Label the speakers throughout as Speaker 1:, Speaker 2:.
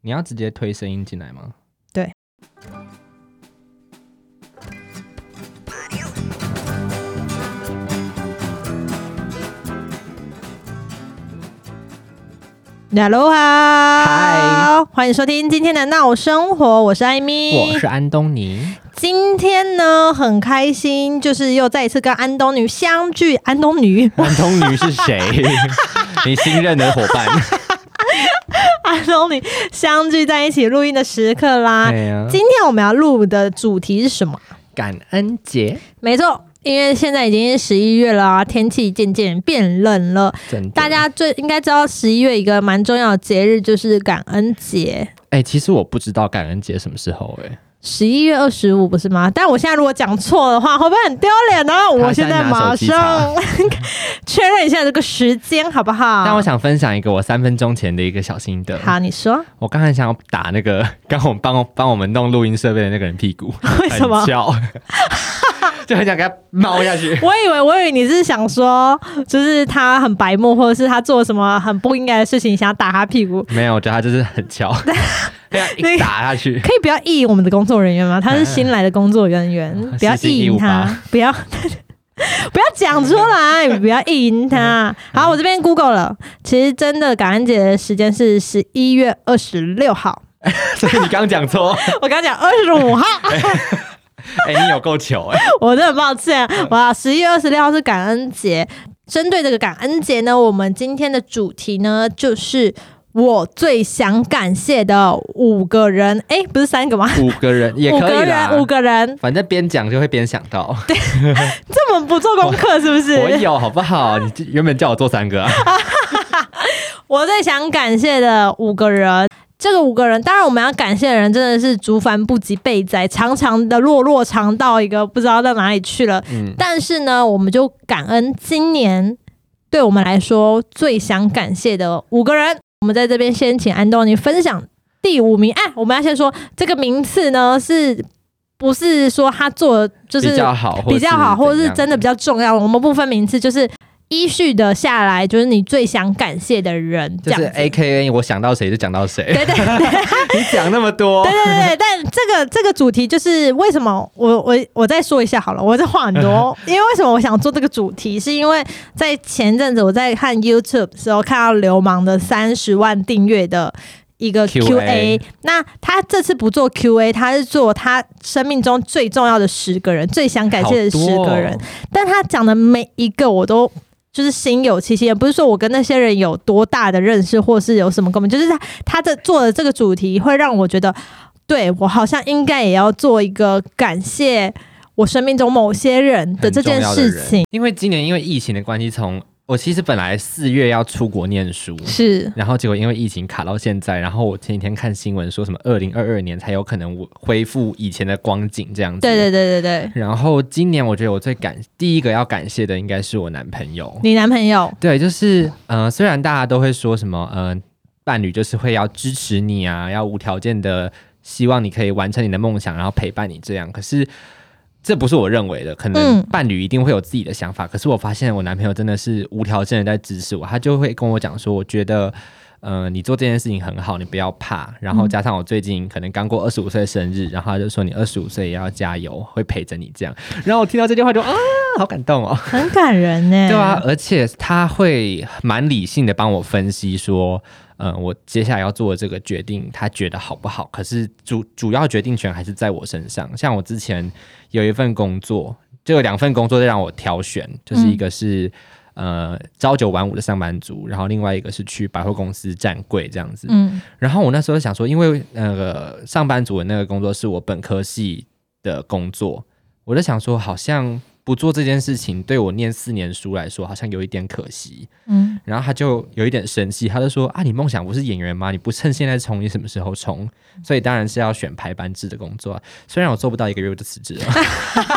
Speaker 1: 你要直接推声音进来吗？
Speaker 2: 对。Hello 哈，欢迎收听今天的闹生活，我是艾米，
Speaker 1: 我是安东尼。
Speaker 2: 今天呢，很开心，就是又再一次跟安东尼相聚。安东尼，
Speaker 1: 安东尼是谁？你新任的伙伴。
Speaker 2: 安东尼相聚在一起录音的时刻 啦。
Speaker 1: 对啊呀、
Speaker 2: 啊今天我们要录的主题是什么？
Speaker 1: 感恩节，
Speaker 2: 没错，因为现在已经是十一月了啊，天气渐渐变冷了。
Speaker 1: 真的
Speaker 2: 大家最应该知道，十一月一个蛮重要的节日就是感恩节，
Speaker 1: 哎、其实我不知道感恩节什么时候哎、
Speaker 2: 十一月二十五不是吗？但我现在如果讲错的话，会不会很丢脸呢？我现在马
Speaker 1: 现在拿
Speaker 2: 上 确认一下这个时间，好不好？
Speaker 1: 但我想分享一个我三分钟前的一个小心得。
Speaker 2: 啊好，你说
Speaker 1: 我刚才想要打那个刚我们帮我帮我们弄录音设备的那个人屁 股，
Speaker 2: 为什么
Speaker 1: 很？ 翘就很想给他猫下去。
Speaker 2: 我以为，我以为你是想说，就是他很白目，或者是他做什么很不应该的事情，想打他屁股。
Speaker 1: 没有，我觉得他就是很 翘，这样一打下去。
Speaker 2: 可以不要意淫我们的工作人员吗？ 他是新来的工作人员， 不要意淫他，不要 不要讲出来， 不要意淫 他。好，我这边 Google 了，其实真的感恩节的时间是十一月二十六号，
Speaker 1: 所以你刚讲 错，
Speaker 2: 我刚讲二十五号，
Speaker 1: 哎、你有够糗哎、
Speaker 2: 我真的很抱歉。
Speaker 1: 嗯
Speaker 2: 哇，十一月二十六号是感恩节，针对这个感恩节呢，我们今天的主题呢就是。我最想感谢的五个人，哎、不是三个吗？
Speaker 1: 五个人 也
Speaker 2: 五
Speaker 1: 可
Speaker 2: 个
Speaker 1: 以啦
Speaker 2: 人，，五个人，
Speaker 1: 反正边讲就会边想 到。
Speaker 2: 这么不做功课是不是？
Speaker 1: 我有好不好？你原本叫我做三个、 啊，
Speaker 2: 我最想感谢的五个人，这个五个人，当然我们要感谢的人真的是竹繁不及备载，长长的落落长到一个不知道到哪里去了。
Speaker 1: 嗯，
Speaker 2: 但是呢，我们就感恩今年对我们来说最想感谢的五个人。我们在这边先请安东尼分享第五名。哎，我们要先说这个名次呢，是不是说他做就是
Speaker 1: 比较好，
Speaker 2: 比较好，或者是
Speaker 1: 怎样
Speaker 2: 真的比较重要，我们不分名次，就是依序的下来，就是你最想感谢的人，这
Speaker 1: 就
Speaker 2: 样
Speaker 1: 是
Speaker 2: 子。
Speaker 1: A K A，我想到谁就讲到谁。
Speaker 2: 对对对
Speaker 1: 你讲那么多
Speaker 2: 对，对对，但这个这个主题就是为什么我我我再说一下好了，我这话很 多，因为为什么我想做这个主题，是因为在前阵子我在看 YouTube 的时候看到流氓的三十万订阅的一个
Speaker 1: Q&A
Speaker 2: Q&A，那他这次不做 Q&A，他是做他生命中最重要的十个人，最想感谢的十个人
Speaker 1: 好，多哦
Speaker 2: 但他讲的每一个我都就是心有戚戚，也不是说我跟那些人有多大的认识，或是有什么根本，就是他他的做的这个主题会让我觉得，对我好像应该也要做一个感谢我生命中某些人的这件
Speaker 1: 很重要的
Speaker 2: 事
Speaker 1: 人
Speaker 2: 情，
Speaker 1: 因为今年因为疫情的关系，从我其实本来四月要出国念书，
Speaker 2: 是
Speaker 1: 然后结果因为疫情卡到现在，然后我前几天看新闻说什么二零二二年才有可能我恢复以前的光景这样子。
Speaker 2: 对对对对对，
Speaker 1: 然后今年我觉得我最感第一个要感谢的应该是我男朋友。
Speaker 2: 你男朋友
Speaker 1: 对，就是呃，虽然大家都会说什么呃，伴侣就是会要支持你啊，要无条件的希望你可以完成你的梦想，然后陪伴你这样，可是。这不是我认为的，可能
Speaker 2: 嗯
Speaker 1: 伴侣一定会有自己的想法。可是我发现我男朋友真的是无条件的在支持我，他就会跟我讲说，我觉得，呃，你做这件事情很好，你不要怕。然后加上我最近可能刚过二十五岁生日，然后他就说你二十五岁也要加油，会陪着你这样。然后我听到这句话就啊，好感动哦。
Speaker 2: 很感人呢、
Speaker 1: 对啊，，而且他会蛮理性的帮我分析说，嗯，我接下来要做的这个决定，他觉得好不好？可是主主要决定权还是在我身上。像我之前有一份工作，就有两份工作在让我挑选，就是一个是、呃朝九晚五的上班族，然后另外一个是去百货公司站柜这样子。
Speaker 2: 嗯
Speaker 1: 然后我那时候想说，因为那个上班族的那个工作是我本科系的工作，我就想说，好像不做这件事情对我念四年书来说，好像有一点可惜。
Speaker 2: 嗯，
Speaker 1: 然后他就有一点生气，他就说：“啊，你梦想不是演员吗？你不趁现在冲，你什么时候冲？”所以当然是要选排班制的工作啊。虽然我做不到一个月我就辞职了，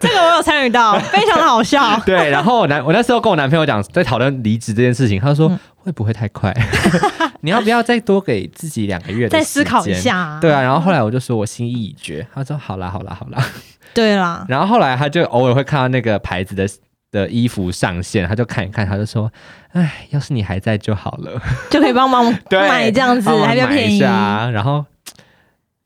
Speaker 2: 这个我有参与 到，非常的好笑。
Speaker 1: 对。然后我男我那时候跟我男朋友讲，在讨论离职这件事情，他就说：“
Speaker 2: 嗯
Speaker 1: 会不会太快？ 你要不要再多给自己两个月的
Speaker 2: 再思考
Speaker 1: 时
Speaker 2: 一
Speaker 1: 间
Speaker 2: 下、啊，
Speaker 1: 对啊，然后后来我就说我心意已决，他说好啦好啦好啦，
Speaker 2: 对啦，
Speaker 1: 然后后来他就偶尔会看到那个牌子的的衣服上线，他就看一看，他就说：“哎，要是你还在就好了，
Speaker 2: 就可以帮忙
Speaker 1: 对，
Speaker 2: 买这样子，
Speaker 1: 帮忙
Speaker 2: 还比较
Speaker 1: 买
Speaker 2: 便
Speaker 1: 一
Speaker 2: 宜
Speaker 1: 下。啊。”然后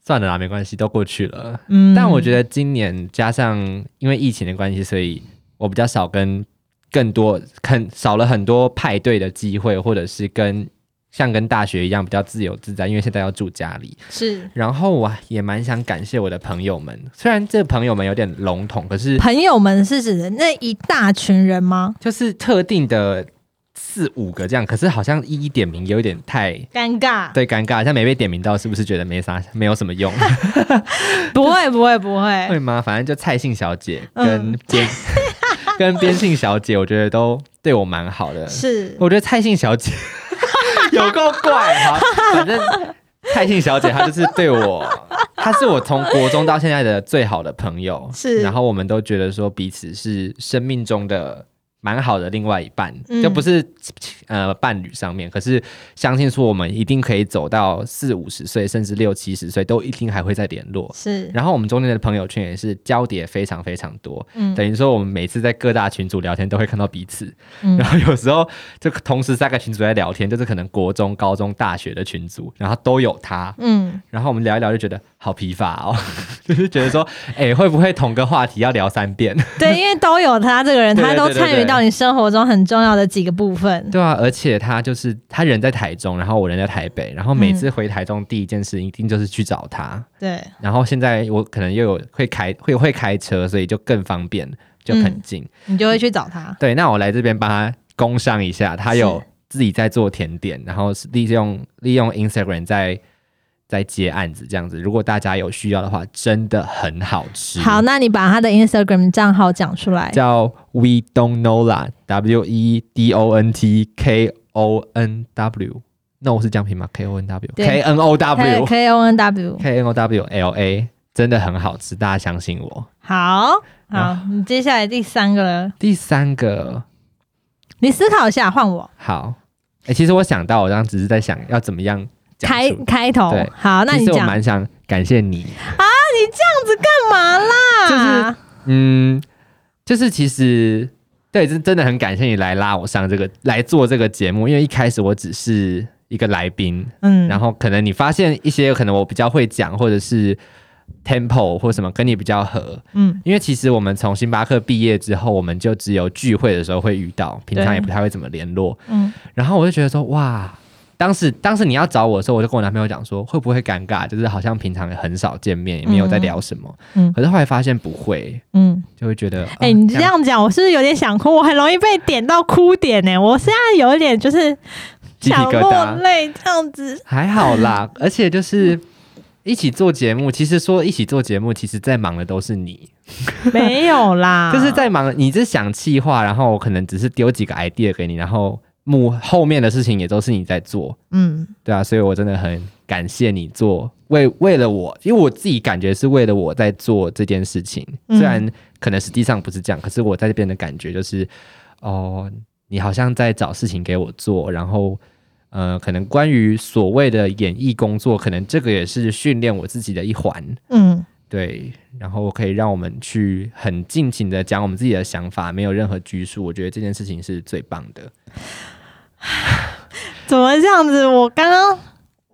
Speaker 1: 算了啦，没关系，都过去了。
Speaker 2: 嗯
Speaker 1: 但我觉
Speaker 2: 得
Speaker 1: 得今年加上因为疫情的关系，所以我比较少跟更多很少了很多派对的机会，或者是跟像跟大学一样比较自由自在，因为现在要住家里。
Speaker 2: 是
Speaker 1: 然后我啊也蛮想感谢我的朋友们，虽然这朋友们有点笼统，可是
Speaker 2: 朋友们是指那一大群人吗？
Speaker 1: 就是特定的四五个这样，可是好像一一点名有点太。
Speaker 2: 尴尬，
Speaker 1: 对，尴尬，像没被点名到，是不是觉得没啥，没有什么用？
Speaker 2: 不会不会不
Speaker 1: 会
Speaker 2: 会，
Speaker 1: 吗？反正就蔡姓小姐
Speaker 2: 嗯
Speaker 1: 跟边、 跟边姓小姐，我觉得都对我蛮好的。
Speaker 2: 是
Speaker 1: 我觉得蔡姓小 姐有够怪哈，反正蔡姓小姐她就是对 我，她是我从国中到现在的最好的朋友。
Speaker 2: 是
Speaker 1: 然后我们都觉得说彼此是生命中的蛮好的另外一半，
Speaker 2: 嗯
Speaker 1: 就不是呃伴侣上面，可是相信说我们一定可以走到四五十岁，甚至六七十岁，都一定还会再联络。
Speaker 2: 是，
Speaker 1: 然后我们中间的朋友圈也是交叠非常非常多，
Speaker 2: 嗯
Speaker 1: 等于说我们每次在各大群组聊天都会看到彼此，
Speaker 2: 嗯
Speaker 1: 然后有时候就同时三个群组在聊天，就是可能国中、高中、大学的群组，然后都有他，
Speaker 2: 嗯，
Speaker 1: 然后我们聊一聊就觉得好疲乏哦， 就是觉得说，哎、会不会同个话题要聊三遍？
Speaker 2: 对，因为都有他这个人，
Speaker 1: 对对
Speaker 2: 他都
Speaker 1: 对对
Speaker 2: 参与
Speaker 1: 对
Speaker 2: 到你生活中很重要的几个部分，
Speaker 1: 对啊，而且他就是他人在台中，然后我人在台北，然后每次回台中第一件事一定就是去找他，
Speaker 2: 对，
Speaker 1: 然后现在我可能又有会开会会开车，所以就更方便，就很
Speaker 2: 嗯
Speaker 1: 近。
Speaker 2: 你就会去找他，
Speaker 1: 对，那我来这边帮他工商一下，他有自己在做甜点，然后是利用利用 Instagram 在在接案子这样子。如果大家有需要的话，真的很好吃。
Speaker 2: 好，，那你把他的 Instagram 账号讲出来。
Speaker 1: 叫 We Don't Know 啦，W E D O N T K O N W。No 是这样拼吗？K O N W
Speaker 2: 对
Speaker 1: K N O W
Speaker 2: K O N W，
Speaker 1: K N O W L A，真的很好吃，大家相信我。
Speaker 2: 好好
Speaker 1: 啊，
Speaker 2: 你接下来第三个了，
Speaker 1: 第三个
Speaker 2: 你思考一下，换我
Speaker 1: 好，哎、其实我想到，我刚刚只是在想要怎么样讲
Speaker 2: 开
Speaker 1: 出
Speaker 2: 开头
Speaker 1: 对。
Speaker 2: 好，那
Speaker 1: 其
Speaker 2: 你
Speaker 1: 实我
Speaker 2: 讲
Speaker 1: 蛮想感谢你，
Speaker 2: 干嘛啦？
Speaker 1: 嗯，就是其实对，真真的很感谢你来拉我上这个来做这个节目，因为一开始我只是一个来宾，
Speaker 2: 嗯，
Speaker 1: 然后可能你发现一些可能我比较会讲，或者是 tempo 或什么跟你比较合，
Speaker 2: 嗯，
Speaker 1: 因为其实我们从星巴克毕业之后，我们就只有聚会的时候会遇到，平常
Speaker 2: 对
Speaker 1: 也不太会怎么联络，
Speaker 2: 嗯，
Speaker 1: 然后我就觉得说哇。当时，当时你要找我的时候，我就跟我男朋友讲说，会不会尴尬？就是好像平常很少见面，也没有在聊什么。
Speaker 2: 嗯
Speaker 1: 可是后来发现不会，
Speaker 2: 嗯，
Speaker 1: 就会觉得，啊
Speaker 2: 哎，你这样讲，我是不是有点想哭？我很容易被点到哭点呢。我现在有一点就是
Speaker 1: 鸡皮
Speaker 2: 想
Speaker 1: 疙
Speaker 2: 落
Speaker 1: 瘩
Speaker 2: 泪这样子。
Speaker 1: 还好 啦。而且就是一起做节目，其实说一起做节目，其实在忙的都是你，
Speaker 2: 没有 啦，
Speaker 1: 就是在忙，你是想气话，然后我可能只是丢几个 idea 给你，然后幕后面的事情也都是你在做，
Speaker 2: 嗯，
Speaker 1: 对啊，所以我真的很感谢你做为为了我，因为我自己感觉是为了我在做这件事情，
Speaker 2: 嗯
Speaker 1: 虽然可能实际上不是这样，可是我在这边的感觉就是，哦，你好像在找事情给我做，然后。呃，可能关于所谓的演艺工作，可能这个也是训练我自己的一环，
Speaker 2: 嗯
Speaker 1: 对。然后可以让我们去很尽情的讲我们自己的想法，没有任何拘束。我觉得这件事情是最棒的。
Speaker 2: 怎么这样子？我刚刚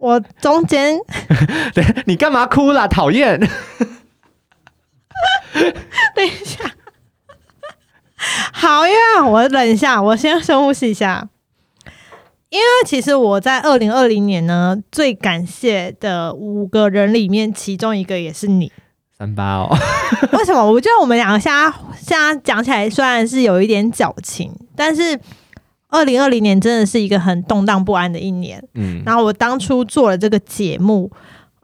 Speaker 2: 我中间
Speaker 1: 对你干嘛哭啦？讨厌！
Speaker 2: 等一下，好呀，我忍一下，我先深呼吸一下。因为其实我在二零二零年呢，最感谢的五个人里面，其中一个也是你。
Speaker 1: 三八哦。
Speaker 2: 为什么？我觉得我们两个现在现在讲起来，虽然是有一点矫情，但是二零二零年真的是一个很动荡不安的一年。
Speaker 1: 嗯，
Speaker 2: 然后我当初做了这个节目，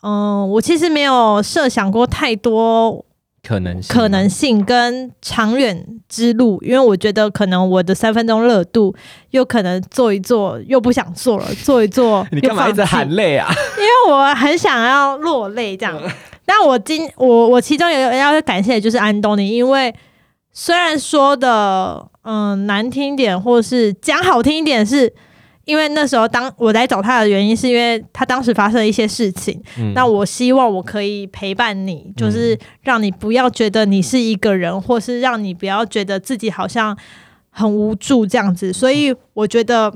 Speaker 2: 嗯，我其实没有设想过太多
Speaker 1: 可能性
Speaker 2: 可能性跟长远之路，因为我觉得可能我的三分钟热度，又可能做一做又不想做了，做一做
Speaker 1: 你干嘛一直
Speaker 2: 又放
Speaker 1: 喊
Speaker 2: 弃？
Speaker 1: 累啊？
Speaker 2: 因为我很想要落泪这样。但我今我我其中有要感谢的就是安东尼，因为虽然说的嗯难听一点，或是讲好听一点是。因为那时候当我来找他的原因，是因为他当时发生了一些事情。
Speaker 1: 嗯
Speaker 2: 那我希望我可以陪伴你，就是让你不要觉得你是一个人，或是让你不要觉得自己好像很无助这样子。所以我觉得。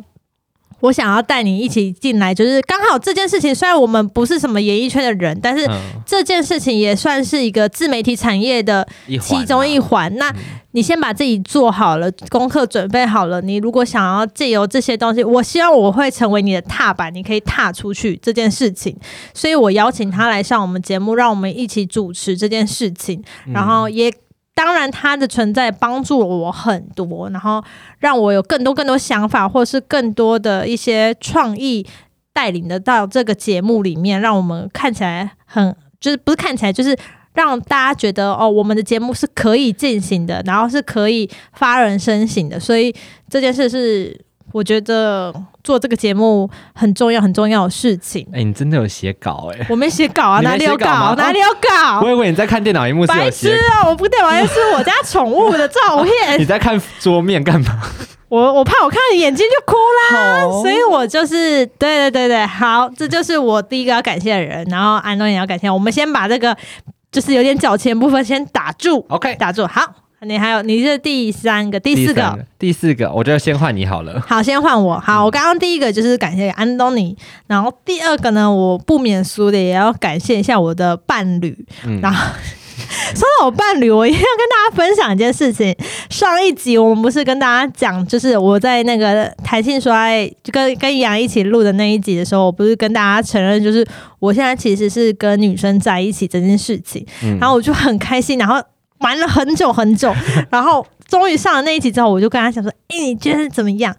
Speaker 2: 我想要带你一起进来，就是刚好这件事情，虽然我们不是什么演艺圈的人，但是
Speaker 1: 嗯
Speaker 2: 这件事情也算是一个自媒体产业的
Speaker 1: 一环
Speaker 2: 其中一
Speaker 1: 啊
Speaker 2: 环。那你先把自己做好了，功课准备好了，你如果想要借由这些东西，我希望我会成为你的踏板，你可以踏出去这件事情。所以我邀请他来上我们节目，让我们一起主持这件事情，
Speaker 1: 嗯
Speaker 2: 然后也。当然，他的存在帮助了我很多，然后让我有更多更多想法，或是更多的一些创意，带领得到这个节目里面，让我们看起来很就是不是看起来就是让大家觉得哦，我们的节目是可以进行的，然后是可以发人深省的，所以这件事是我觉得做这个节目很重要很重要的事情。
Speaker 1: 哎、你真的有写稿哎、
Speaker 2: 我没写稿啊，
Speaker 1: 你
Speaker 2: 哪
Speaker 1: 没
Speaker 2: 里
Speaker 1: 写
Speaker 2: 有
Speaker 1: 稿吗
Speaker 2: 稿？哪里有稿啊
Speaker 1: 我？以为你在看电脑荧幕是有
Speaker 2: 白
Speaker 1: 写
Speaker 2: 痴，啊！我不对，我还是我家宠物的照
Speaker 1: 你
Speaker 2: 片，
Speaker 1: 在看桌面干嘛？
Speaker 2: 我我怕我看了眼睛就哭啦，
Speaker 1: 好
Speaker 2: 所以我就是对对对对，好，这就是我第一个要感谢的人，然后安东也要感谢，我们先把这个就是有点脚钱部分先打住，
Speaker 1: OK，
Speaker 2: 打住。好，你还有你是第三个、第四个。
Speaker 1: 三，第四个，我就先换你好了。
Speaker 2: 好，先换我。好，我刚刚第一个就是感谢安东尼，然后第二个呢，我不免俗的也要感谢一下我的伴侣。
Speaker 1: 嗯
Speaker 2: 然后说到我伴侣，我一定要跟大家分享一件事情。上一集我们不是跟大家讲，就是我在那个弹性说爱，就跟跟杨一起录的那一集的时候，我不是跟大家承认，就是我现在其实是跟女生在一起这件事情。
Speaker 1: 嗯
Speaker 2: 然后我就很开心，然后玩了很久很久，然后终于上了那一集之后，我就跟他讲说：“哎、你觉得怎么样？”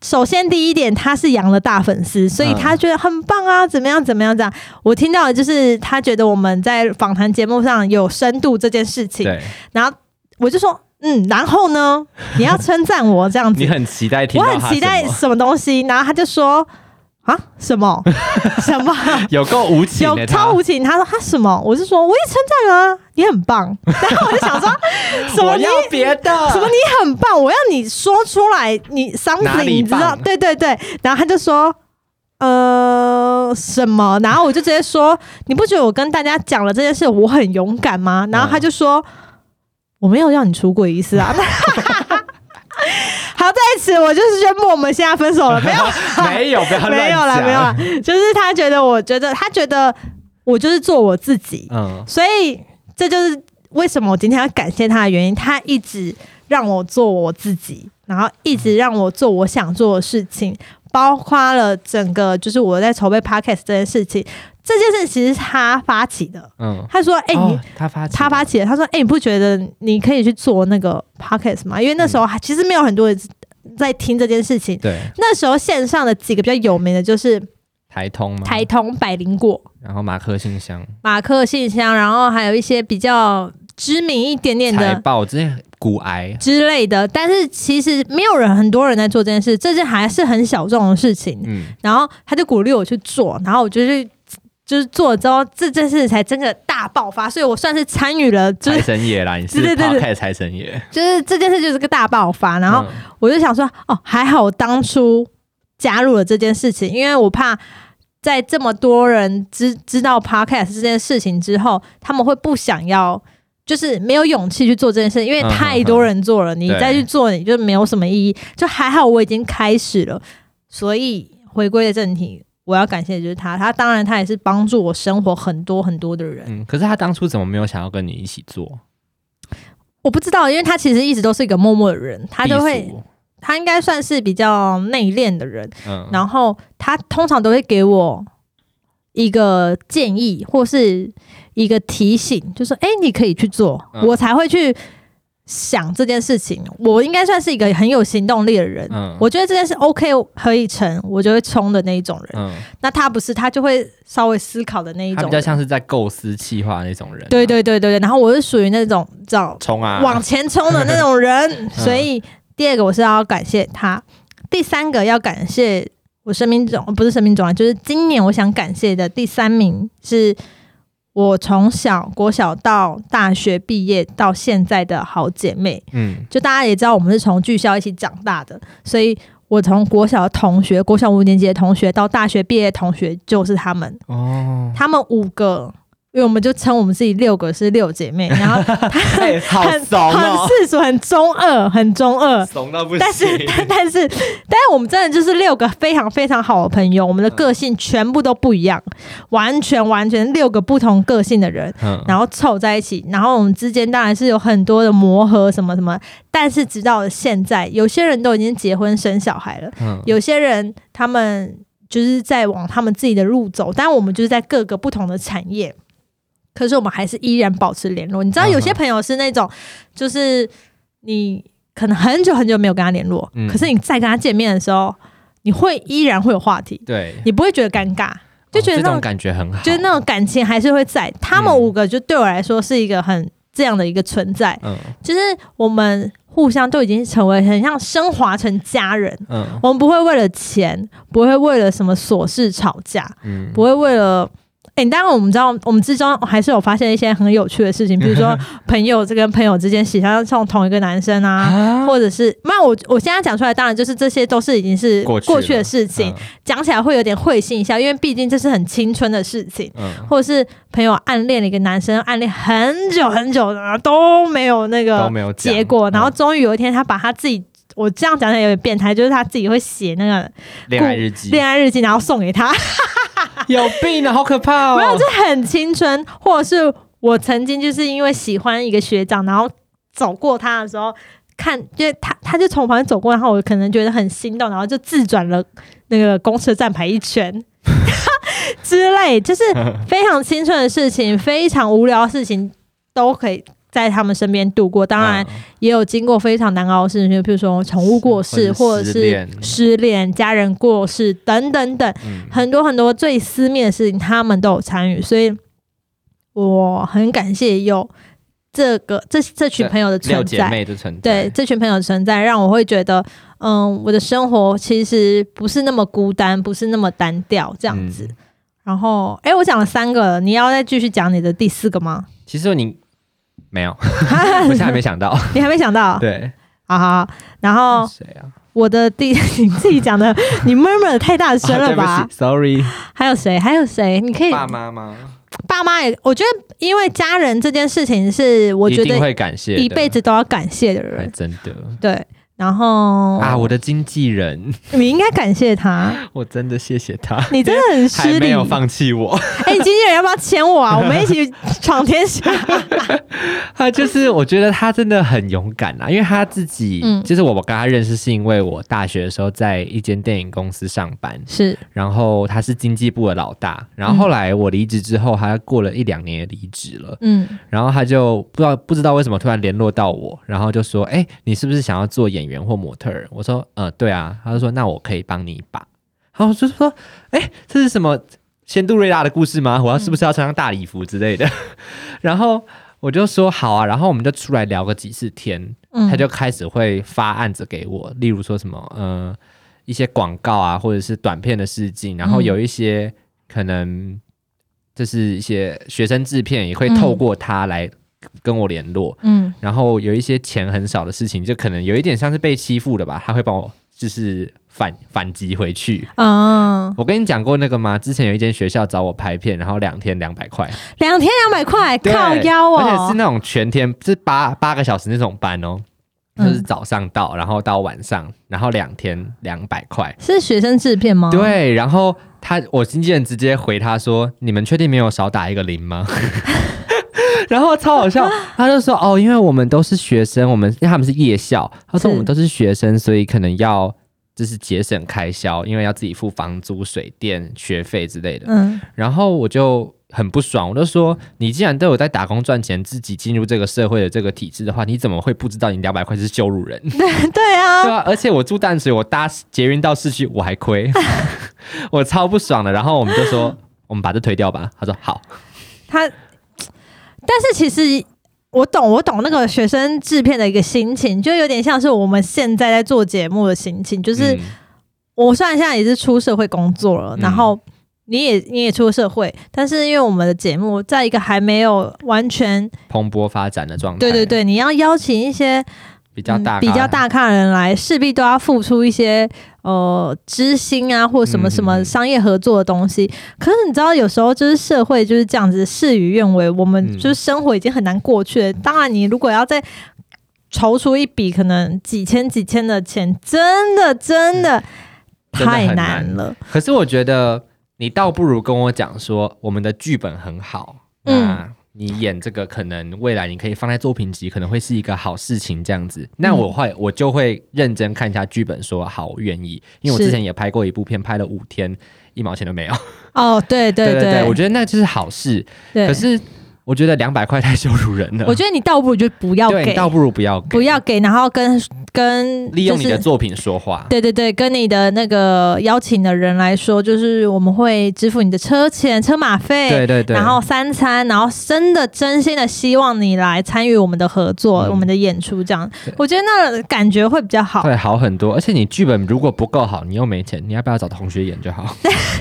Speaker 2: 首先第一点，他是杨的大粉丝，所以他觉得很棒啊，怎么样怎么样这样。我听到的就是他觉得我们在访谈节目上有深度这件事情，
Speaker 1: 对，
Speaker 2: 然后我就说。嗯，然后呢？你要称赞我这样子
Speaker 1: 你，很期待听
Speaker 2: 我
Speaker 1: 到
Speaker 2: 很
Speaker 1: 他
Speaker 2: 期待
Speaker 1: 什么
Speaker 2: 什么东西。然后他就说啊，什么什么？
Speaker 1: 有够无情的
Speaker 2: 有超无情。他说他什么？我是说我也称赞了啊，你很棒。然后我就 想说，什么
Speaker 1: 我
Speaker 2: 你
Speaker 1: 要别的
Speaker 2: 什么你很棒，我要你说出来，你
Speaker 1: 哪
Speaker 2: something
Speaker 1: 里
Speaker 2: 你知道？
Speaker 1: 棒
Speaker 2: 对对对。然后他就说。呃，什么？然后我就直接说，你不觉得我跟大家讲了这件事，我很勇敢吗？然后他就说，我没有让你出轨意思 啊。好，在此我就是宣布我们现在分 手了，没有
Speaker 1: 没有，不要乱
Speaker 2: 没有了，
Speaker 1: 讲
Speaker 2: 没有了。，就是他觉得，我觉得他觉得我就是做我自己，
Speaker 1: 嗯，
Speaker 2: 所以这就是为什么我今天要感谢他的原因。他一直让我做我自己，然后一直让我做我想做的事情，包括了整个就是我在筹备 podcast 这件事情。这件事其实是他发起的，
Speaker 1: 嗯，
Speaker 2: 他说：“哎、你
Speaker 1: 哦，他发起
Speaker 2: 他发起的，他说：“哎、你不觉得你可以去做那个 podcast 吗？因为那时候还其实没有很多人在听这件事情。
Speaker 1: 对
Speaker 2: 那时候线上的几个比较有名的就是
Speaker 1: 台通嘛，
Speaker 2: 台通、百灵果、
Speaker 1: 然后马克信箱、
Speaker 2: 马克信箱，然后还有一些比较知名一点点
Speaker 1: 财
Speaker 2: 的
Speaker 1: 报之前骨癌，
Speaker 2: 之类的。但是其实没有人，很多人在做这件事，这是还是很小众的事情。
Speaker 1: 嗯，
Speaker 2: 然后他就鼓励我去做，然后我就去。就是做了之后，这件事才真的大爆发，所以我算是参与了，就
Speaker 1: 财
Speaker 2: 是
Speaker 1: 神爷啦，你是
Speaker 2: 对对对对
Speaker 1: podcast 财神爷，
Speaker 2: 就是这件事就是个大爆发，然后
Speaker 1: 嗯
Speaker 2: 我就想说，哦，还好我当初加入了这件事情，因为我怕在这么多人知知道 podcast 这件事情之后，他们会不想要，就是没有勇气去做这件事，因为
Speaker 1: 嗯
Speaker 2: 太多人做了，你
Speaker 1: 对
Speaker 2: 再去做，你就没有什么意义。就还好我已经开始了，所以回归的正题。我要感谢的就是他，他当然他也是帮助我生活很多很多的人。
Speaker 1: 嗯，可是他当初怎么没有想要跟你一起做？
Speaker 2: 我不知道，因为他其实一直都是一个默默的人，他就
Speaker 1: 避
Speaker 2: 会
Speaker 1: 暑，
Speaker 2: 他应该算是比较内敛的人，
Speaker 1: 嗯，
Speaker 2: 然后他通常都会给我一个建议或是一个提醒，就说：“哎、你可以去做。
Speaker 1: 嗯
Speaker 2: 我才会去想这件事情。我应该算是一个很有行动力的人。
Speaker 1: 嗯
Speaker 2: 我觉得这件事 OK 可以成，我就会冲的那一种人。
Speaker 1: 嗯，
Speaker 2: 那他不是，他就会稍微思考的那一
Speaker 1: 他
Speaker 2: 种
Speaker 1: 比较
Speaker 2: 人。
Speaker 1: 像是在构思企划那种人、
Speaker 2: 对，对对对对。然后我是属于那种找
Speaker 1: 冲啊，
Speaker 2: 往前冲的那种人。所以第二个我是要感谢他，第三个要感谢我生命中不是生命中啊，就是今年我想感谢的第三名是我从小国小到大学毕业到现在的好姐妹。
Speaker 1: 嗯
Speaker 2: 就大家也知道，我们是从剧校一起长大的，所以我从国小的同学、国小五年级的同学到大学毕业的同学，就是他们，
Speaker 1: 哦，
Speaker 2: 他们五个。因为我们就称我们自己六个是六姐妹，然后她
Speaker 1: 哎
Speaker 2: 很
Speaker 1: 好
Speaker 2: 很
Speaker 1: 怂哦
Speaker 2: 很世俗，很中二，很中二。
Speaker 1: 怂到不行。
Speaker 2: 但是但但是但是我们真的就是六个非常非常好的朋友，我们的个性全部都不一样，完全完全六个不同个性的人，
Speaker 1: 嗯，
Speaker 2: 然后凑在一起，然后我们之间当然是有很多的磨合什么什么，但是直到现在，有些人都已经结婚生小孩了，
Speaker 1: 嗯
Speaker 2: 有些人他们就是在往他们自己的路走，但我们就是在各个不同的产业。可是我们还是依然保持联络。你知道，有些
Speaker 1: 嗯哼
Speaker 2: 朋友是那种，就是你可能很久很久没有跟他联络，
Speaker 1: 嗯
Speaker 2: 可是你再跟他见面的时候，你会依然会有话题，
Speaker 1: 对，
Speaker 2: 你不会觉得尴尬，就
Speaker 1: 哦
Speaker 2: 觉得
Speaker 1: 这
Speaker 2: 那
Speaker 1: 种
Speaker 2: 种
Speaker 1: 感觉很好，
Speaker 2: 就是那种感情还是会在。他们
Speaker 1: 嗯
Speaker 2: 五个就对我来说是一个很这样的一个存在，
Speaker 1: 嗯
Speaker 2: 就是我们互相都已经成为很像升华成家人。
Speaker 1: 嗯
Speaker 2: 我们不会为了钱，不会为了什么琐事吵架，
Speaker 1: 嗯，
Speaker 2: 不会为了。哎、当然我们知道，我们之中还是有发现一些很有趣的事 情，比如说朋友这跟朋友之间喜欢上同一个男生啊，
Speaker 1: 啊
Speaker 2: 或者是……那我我现在讲出来，当然就是这些都是已经是
Speaker 1: 过去
Speaker 2: 过去
Speaker 1: 了嗯
Speaker 2: 的事情，讲起来会有点会心一笑，因为毕竟这是很青春的事情。
Speaker 1: 嗯嗯
Speaker 2: 或者是朋友暗恋了一个男生，暗恋很久很久，然后都没有那
Speaker 1: 都
Speaker 2: 个
Speaker 1: 没有讲
Speaker 2: 结果，然后
Speaker 1: 嗯
Speaker 2: 终于有一天，他把他自己，我这样讲起来有点变态，就是他自己会写那个
Speaker 1: 恋爱日记
Speaker 2: 恋爱日记，然后送给他，
Speaker 1: 有病啊，好可怕
Speaker 2: 没有，
Speaker 1: 哦！
Speaker 2: 这很青春，或者是我曾经就是因为喜欢一个学长，然后走过他的时候。看，因为他他就从我旁边走过，然后我可能觉得很心动，然后就自转了那个公车站牌一圈 之类，就是非常青春的事情，非常无聊的事情都可以在他们身边度过。当然，
Speaker 1: 嗯
Speaker 2: 也有经过非常难熬的事情，譬如说宠啊物过世，
Speaker 1: 或
Speaker 2: 或
Speaker 1: 者
Speaker 2: 者
Speaker 1: 是
Speaker 2: 是失恋、家人过世等等等，
Speaker 1: 嗯
Speaker 2: 很多很多最私密的事情，他们都有参与。所以我很感谢有这个这这群朋友的
Speaker 1: 六
Speaker 2: 存
Speaker 1: 姐
Speaker 2: 在。
Speaker 1: 妹的存在，
Speaker 2: 对这群朋友的存在，让我会觉得，嗯，我的生活其实不是那么孤单，不是那么单调这样子。
Speaker 1: 嗯
Speaker 2: 然后，哎、我讲了三个了，你要再继续讲你的第四个吗？
Speaker 1: 其实你没 有，我现在还没想到。
Speaker 2: 你还没想到？
Speaker 1: 对，
Speaker 2: 好好好。然后
Speaker 1: 谁啊？
Speaker 2: 我的第 你自 己讲的，你 murmur 得太大声了
Speaker 1: 啊对
Speaker 2: 吧哎
Speaker 1: 不？起？Sorry，
Speaker 2: 还有谁？还有谁？你可以
Speaker 1: 爸妈吗？
Speaker 2: 爸妈也，我觉得因为家人这件事情是我
Speaker 1: 一
Speaker 2: 觉
Speaker 1: 定
Speaker 2: 得
Speaker 1: 会感谢的，
Speaker 2: 一辈子都要感谢的
Speaker 1: 哎，
Speaker 2: 人。哦
Speaker 1: 真的
Speaker 2: 对，然后
Speaker 1: 啊！我的经纪人，
Speaker 2: 你应该感谢他，
Speaker 1: 我真的谢谢他，
Speaker 2: 你真的很失
Speaker 1: 还
Speaker 2: 礼
Speaker 1: 没。有放弃我。
Speaker 2: 哎、你经纪人要不要签我啊？我们一起闯天下。
Speaker 1: 他就是我觉得他真的很勇敢啊，因为他自己，
Speaker 2: 嗯
Speaker 1: 就是我跟他认识是因为我大学的时候在一间电影公司上班，
Speaker 2: 是，
Speaker 1: 然后他是经济部的老大，然后后来我离职之后，他过了一两年也离职了。
Speaker 2: 嗯
Speaker 1: 然后他就不知道不知道为什么突然联络到我，然后就说：“哎、你是不是想要做演员或模特儿？”我说：“呃，对啊。”他就说：“那我可以帮你一把。”然后我就说：“哎、这是什么仙杜瑞拉的故事吗？我要是不是要穿上大礼服之类的？” 然后我就说：“好啊。”然后我们就出来聊个几次天，
Speaker 2: 嗯，
Speaker 1: 他就开始会发案子给我，例如说什么呃一些广告啊，或者是短片的试镜，然后
Speaker 2: 嗯
Speaker 1: 有一些可能就是一些学生制片也会透
Speaker 2: 嗯
Speaker 1: 过他来跟我联络，
Speaker 2: 嗯
Speaker 1: 然后有一些钱很少的事情，就可能有一点像是被欺负的吧，他会帮我就是反反击回去。
Speaker 2: 嗯，
Speaker 1: 我跟你讲过那个吗？之前有一间学校找我拍片，然后两天两百块，
Speaker 2: 两天两百块，
Speaker 1: 对
Speaker 2: 靠腰
Speaker 1: 而且是
Speaker 2: 哦。
Speaker 1: 那种全天，是八八个小时那种班哦，就
Speaker 2: 嗯
Speaker 1: 是早上到，然后到晚上，然后两天两百块。
Speaker 2: 是学生制片吗？，
Speaker 1: 对，然后他我经纪人直接回他说：“你们确定没有少打一个零吗？” 然后超好 笑，他就说：“哦，因为我们都是学生，我们因为他们是夜校，他说
Speaker 2: 是
Speaker 1: 我们都是学生，所以可能要就是节省开销，因为要自己付房租、水电、学费之类的。”
Speaker 2: 嗯
Speaker 1: 然后我就很不爽，我就说：“你既然都有在打工赚钱，自己进入这个社会的这个体制的话，你怎么会不知道你两百块是羞辱人？
Speaker 2: 对啊，
Speaker 1: 对啊，而且我住淡水，我搭捷运到市区我还 亏，我超不爽的。然后我们就说，我们把这推掉吧。他说好，
Speaker 2: 他，但是其实我懂，我懂那个学生制片的一个心情，就有点像是我们现在在做节目的心情。就是、
Speaker 1: 嗯
Speaker 2: 我虽然现在也是出社会工作了，
Speaker 1: 嗯
Speaker 2: 然后你也你也出社会，但是因为我们的节目在一个还没有完全
Speaker 1: 蓬勃发展的状态，
Speaker 2: 对对，对，你要邀请一些
Speaker 1: 比较大咖、
Speaker 2: 嗯比较大咖的人来，势必都要付出一些呃知心啊，或什么什么
Speaker 1: 嗯
Speaker 2: 商业合作的东西。可是你知道，有时候就是社会就是这样子，事与愿违，我们
Speaker 1: 嗯
Speaker 2: 就是生活已经很难过去了。当然，你如果要再筹出一笔可能几千几千的钱，真的真的。
Speaker 1: 嗯真的
Speaker 2: 太
Speaker 1: 很
Speaker 2: 难
Speaker 1: 难
Speaker 2: 了，
Speaker 1: 可是我觉得你倒不如跟我讲说，我们的剧本很好，
Speaker 2: 嗯
Speaker 1: 那你演这个可能未来你可以放在作品集，可能会是一个好事情这样子。那我
Speaker 2: 嗯
Speaker 1: 会、我就会认真看一下剧本说好，我愿意，因为我
Speaker 2: 是
Speaker 1: 之前也拍过一部片，拍了五天，一毛钱都没 有。
Speaker 2: 哦，对对
Speaker 1: 对
Speaker 2: 对，
Speaker 1: 我觉得那就是好事。
Speaker 2: 对
Speaker 1: 可是我觉得两百块太羞辱人了，
Speaker 2: 我觉得你倒不如就不要
Speaker 1: 对，你
Speaker 2: 给，
Speaker 1: 倒不如不要给
Speaker 2: 不要给，然后跟跟
Speaker 1: 利用你
Speaker 2: 就
Speaker 1: 的
Speaker 2: 是
Speaker 1: 作品说话。
Speaker 2: 对对对，跟你的那个邀请的人来说，就是我们会支付你的车钱、车马费，
Speaker 1: 对对对，
Speaker 2: 然后三餐，然后真的真心的希望你来参与我们的合作、
Speaker 1: 嗯
Speaker 2: 我们的演出，这样
Speaker 1: 对
Speaker 2: 我觉得那感觉会比较好。
Speaker 1: 会好很多。而且你剧本如果不够好，你又没钱，你要不要找同学演就 好？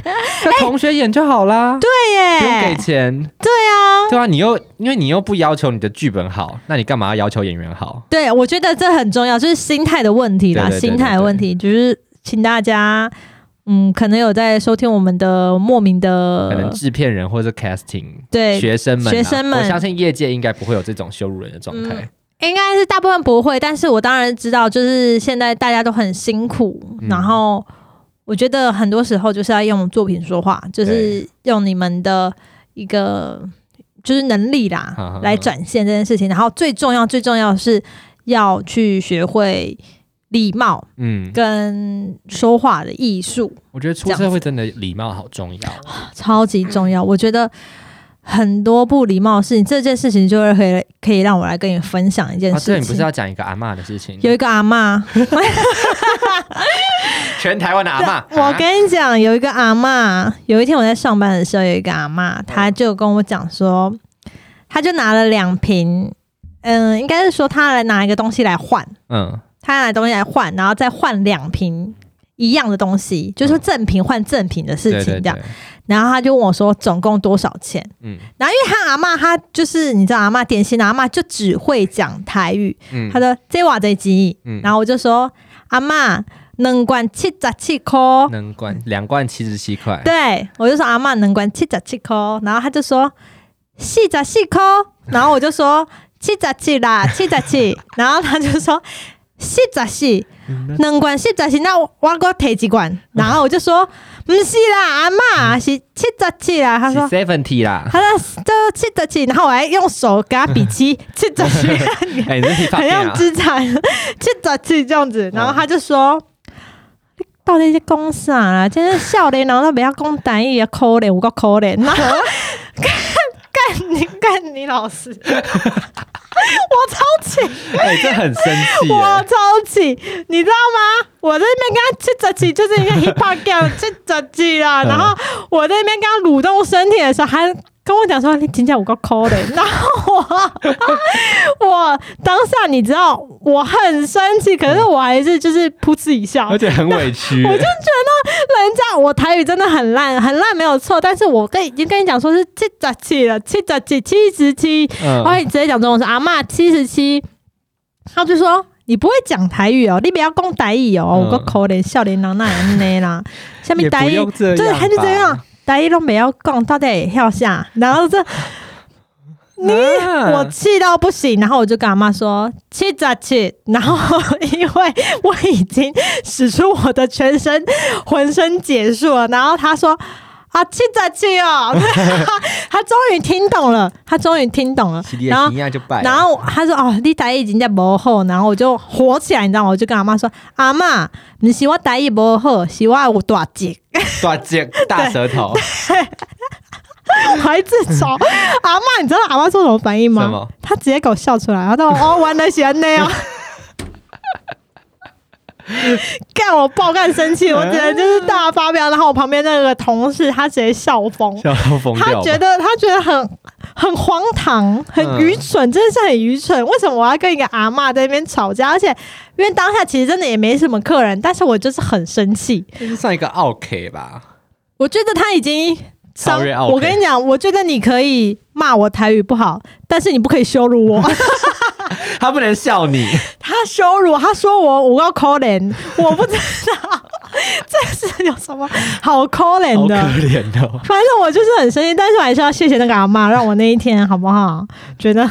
Speaker 1: 那同学演就好啦，对，
Speaker 2: 哎
Speaker 1: 不
Speaker 2: 对
Speaker 1: 用给
Speaker 2: 耶，
Speaker 1: 钱。对啊，对啊，你又因为你又不要求你的剧本好，那你干嘛要要求演员好？
Speaker 2: 对我觉得这很重要，就是心态的问题啦，
Speaker 1: 对对对
Speaker 2: 心态的问题，就是请大家。嗯，可能有在收听我们的莫名
Speaker 1: 可能
Speaker 2: 的
Speaker 1: 制片人或者 casting
Speaker 2: 呃对
Speaker 1: 学生们啊，
Speaker 2: 学生们
Speaker 1: 我相信业界应该不会有这种羞辱人的状态。
Speaker 2: 应该是大部分不会，但是我当然知道，就是现在大家都很辛苦，
Speaker 1: 嗯
Speaker 2: 然后我觉得很多时候就是要用作品说话，就是用你们的一个就是能力
Speaker 1: 哈哈
Speaker 2: 啦来展现这件事情。然后最重要最重要的是要去学会礼貌
Speaker 1: 嗯，
Speaker 2: 跟说话的艺术，
Speaker 1: 我觉得出社会真的礼貌好重要。啊
Speaker 2: 超级重要。我觉得。很多不礼貌的事情，这件事情就会可以可以让我来跟你分享一件
Speaker 1: 啊，
Speaker 2: 事情。
Speaker 1: 对，你不是要讲一个阿嬷的事情？
Speaker 2: 有一个阿嬷，
Speaker 1: 全台湾的阿嬷，
Speaker 2: 我跟你讲，有一个阿嬷，有一天我在上班的时候，有一个阿嬷，她就跟我讲说，她就拿了两瓶，嗯，应该是说她来拿一个东西来换，
Speaker 1: 嗯
Speaker 2: 她拿东西来换，然后再换两瓶一样的东西，就是说正品换正品的事
Speaker 1: 对
Speaker 2: 情
Speaker 1: 对
Speaker 2: 这样。
Speaker 1: 对，
Speaker 2: 然后她就问我说，总共多少钱？
Speaker 1: 嗯
Speaker 2: 然后因为她阿嬷，她就是你知道阿嬷典型的阿嬷就只会讲台语，
Speaker 1: 嗯，
Speaker 2: 她说这瓦这几，
Speaker 1: 嗯
Speaker 2: 然后我就说阿嬷，两罐七十七块。
Speaker 1: 能罐两罐七十七块，
Speaker 2: 对，我就说阿嬷能管七十七颗，然后他就说四十四颗， 然后我就说七十七啦，七十 七，然后他就说四十四，
Speaker 1: 嗯
Speaker 2: 能管四十四，那我我给我提几罐，然后我就 说不是啦，阿嬷是七十七啦，他说。
Speaker 1: seventy 啦，
Speaker 2: 他说这七十七，然后我还用手给他比七七十七，
Speaker 1: 哎，你是批发
Speaker 2: 很
Speaker 1: 店
Speaker 2: 像
Speaker 1: 啊？
Speaker 2: 资产 去找自己这样子，然后他就说。你到底在讲啥啦？真是笑脸，然后都不要讲单语，啊可怜有个可怜，然后 干干你干你老师， 我超气，
Speaker 1: 哎，这很生气
Speaker 2: 我
Speaker 1: 耶，
Speaker 2: 啊超气，你知道吗？我在那边跟他去着气，就是一个 hip hop girl 去着气啦。
Speaker 1: 嗯
Speaker 2: 然后我在那边跟他蠕动身体的时候，还跟我讲说你今天有个 call 的。 然后我我当下你知道我很生气，可是我还是就是噗嗤一笑。
Speaker 1: 而且很委屈耶。
Speaker 2: 我就人家我台语真的很烂，很烂没有错，但是我跟已经跟你讲说是七十七了，七十七，七十七，
Speaker 1: 嗯
Speaker 2: 我也直接讲中文说阿嬷七十七，他就说你不会讲台语哦，你不要讲台语哦，
Speaker 1: 嗯
Speaker 2: 我个可怜笑脸郎那样呢啦，下面
Speaker 1: 也
Speaker 2: 台
Speaker 1: 不
Speaker 2: 语
Speaker 1: 用这样吧，
Speaker 2: 对，他就这样，台语都没有讲，到底跳下，然后这
Speaker 1: 你
Speaker 2: 我
Speaker 1: 我
Speaker 2: 气到不行，然后我就跟阿妈说气咋气，然后因为我已经使出我的全身浑身解数了，然后她说。啊，气咋气哦！ 她终于听懂了，她终于听懂了。然后，
Speaker 1: 啊样就败
Speaker 2: 然后她说：“哦，你台语已经在磨好。”然后我就火起来，你知道吗？我就跟阿妈说：“阿妈，你是我台语磨好，是我有大姐。”
Speaker 1: 大接大舌头，
Speaker 2: 我还自嘲。阿妈，你知道阿妈做什么反应
Speaker 1: 什
Speaker 2: 吗
Speaker 1: 么？
Speaker 2: 她直接给我笑出来，然后说：“哦，玩的闲的哦。”干我爆干生气，我觉得就是大发飙。然后我旁边那个同事，他直接笑疯，
Speaker 1: 笑到疯
Speaker 2: 他
Speaker 1: 掉吧。
Speaker 2: 觉得他觉得很很荒唐，很愚蠢，真的是很愚蠢。为什么我要跟一个阿嬷在那边吵架？而且因为当下其实真的也没什么客人，但是我就是很生气。
Speaker 1: 这算一个 OK 吧？
Speaker 2: 我觉得他已经伤
Speaker 1: 超越 OK
Speaker 2: 我跟你讲，我觉得你可以 骂我台语不好，但是你不可以羞辱我。
Speaker 1: 他不能笑你，
Speaker 2: 他羞辱，他说我我要 c a l i n 我不知道 这是有什么好 c a l i
Speaker 1: 好可
Speaker 2: n 的。
Speaker 1: 怜哦。
Speaker 2: 反正我就是很生气，但是我还是要谢谢那个阿妈，让我那一天好不好？觉得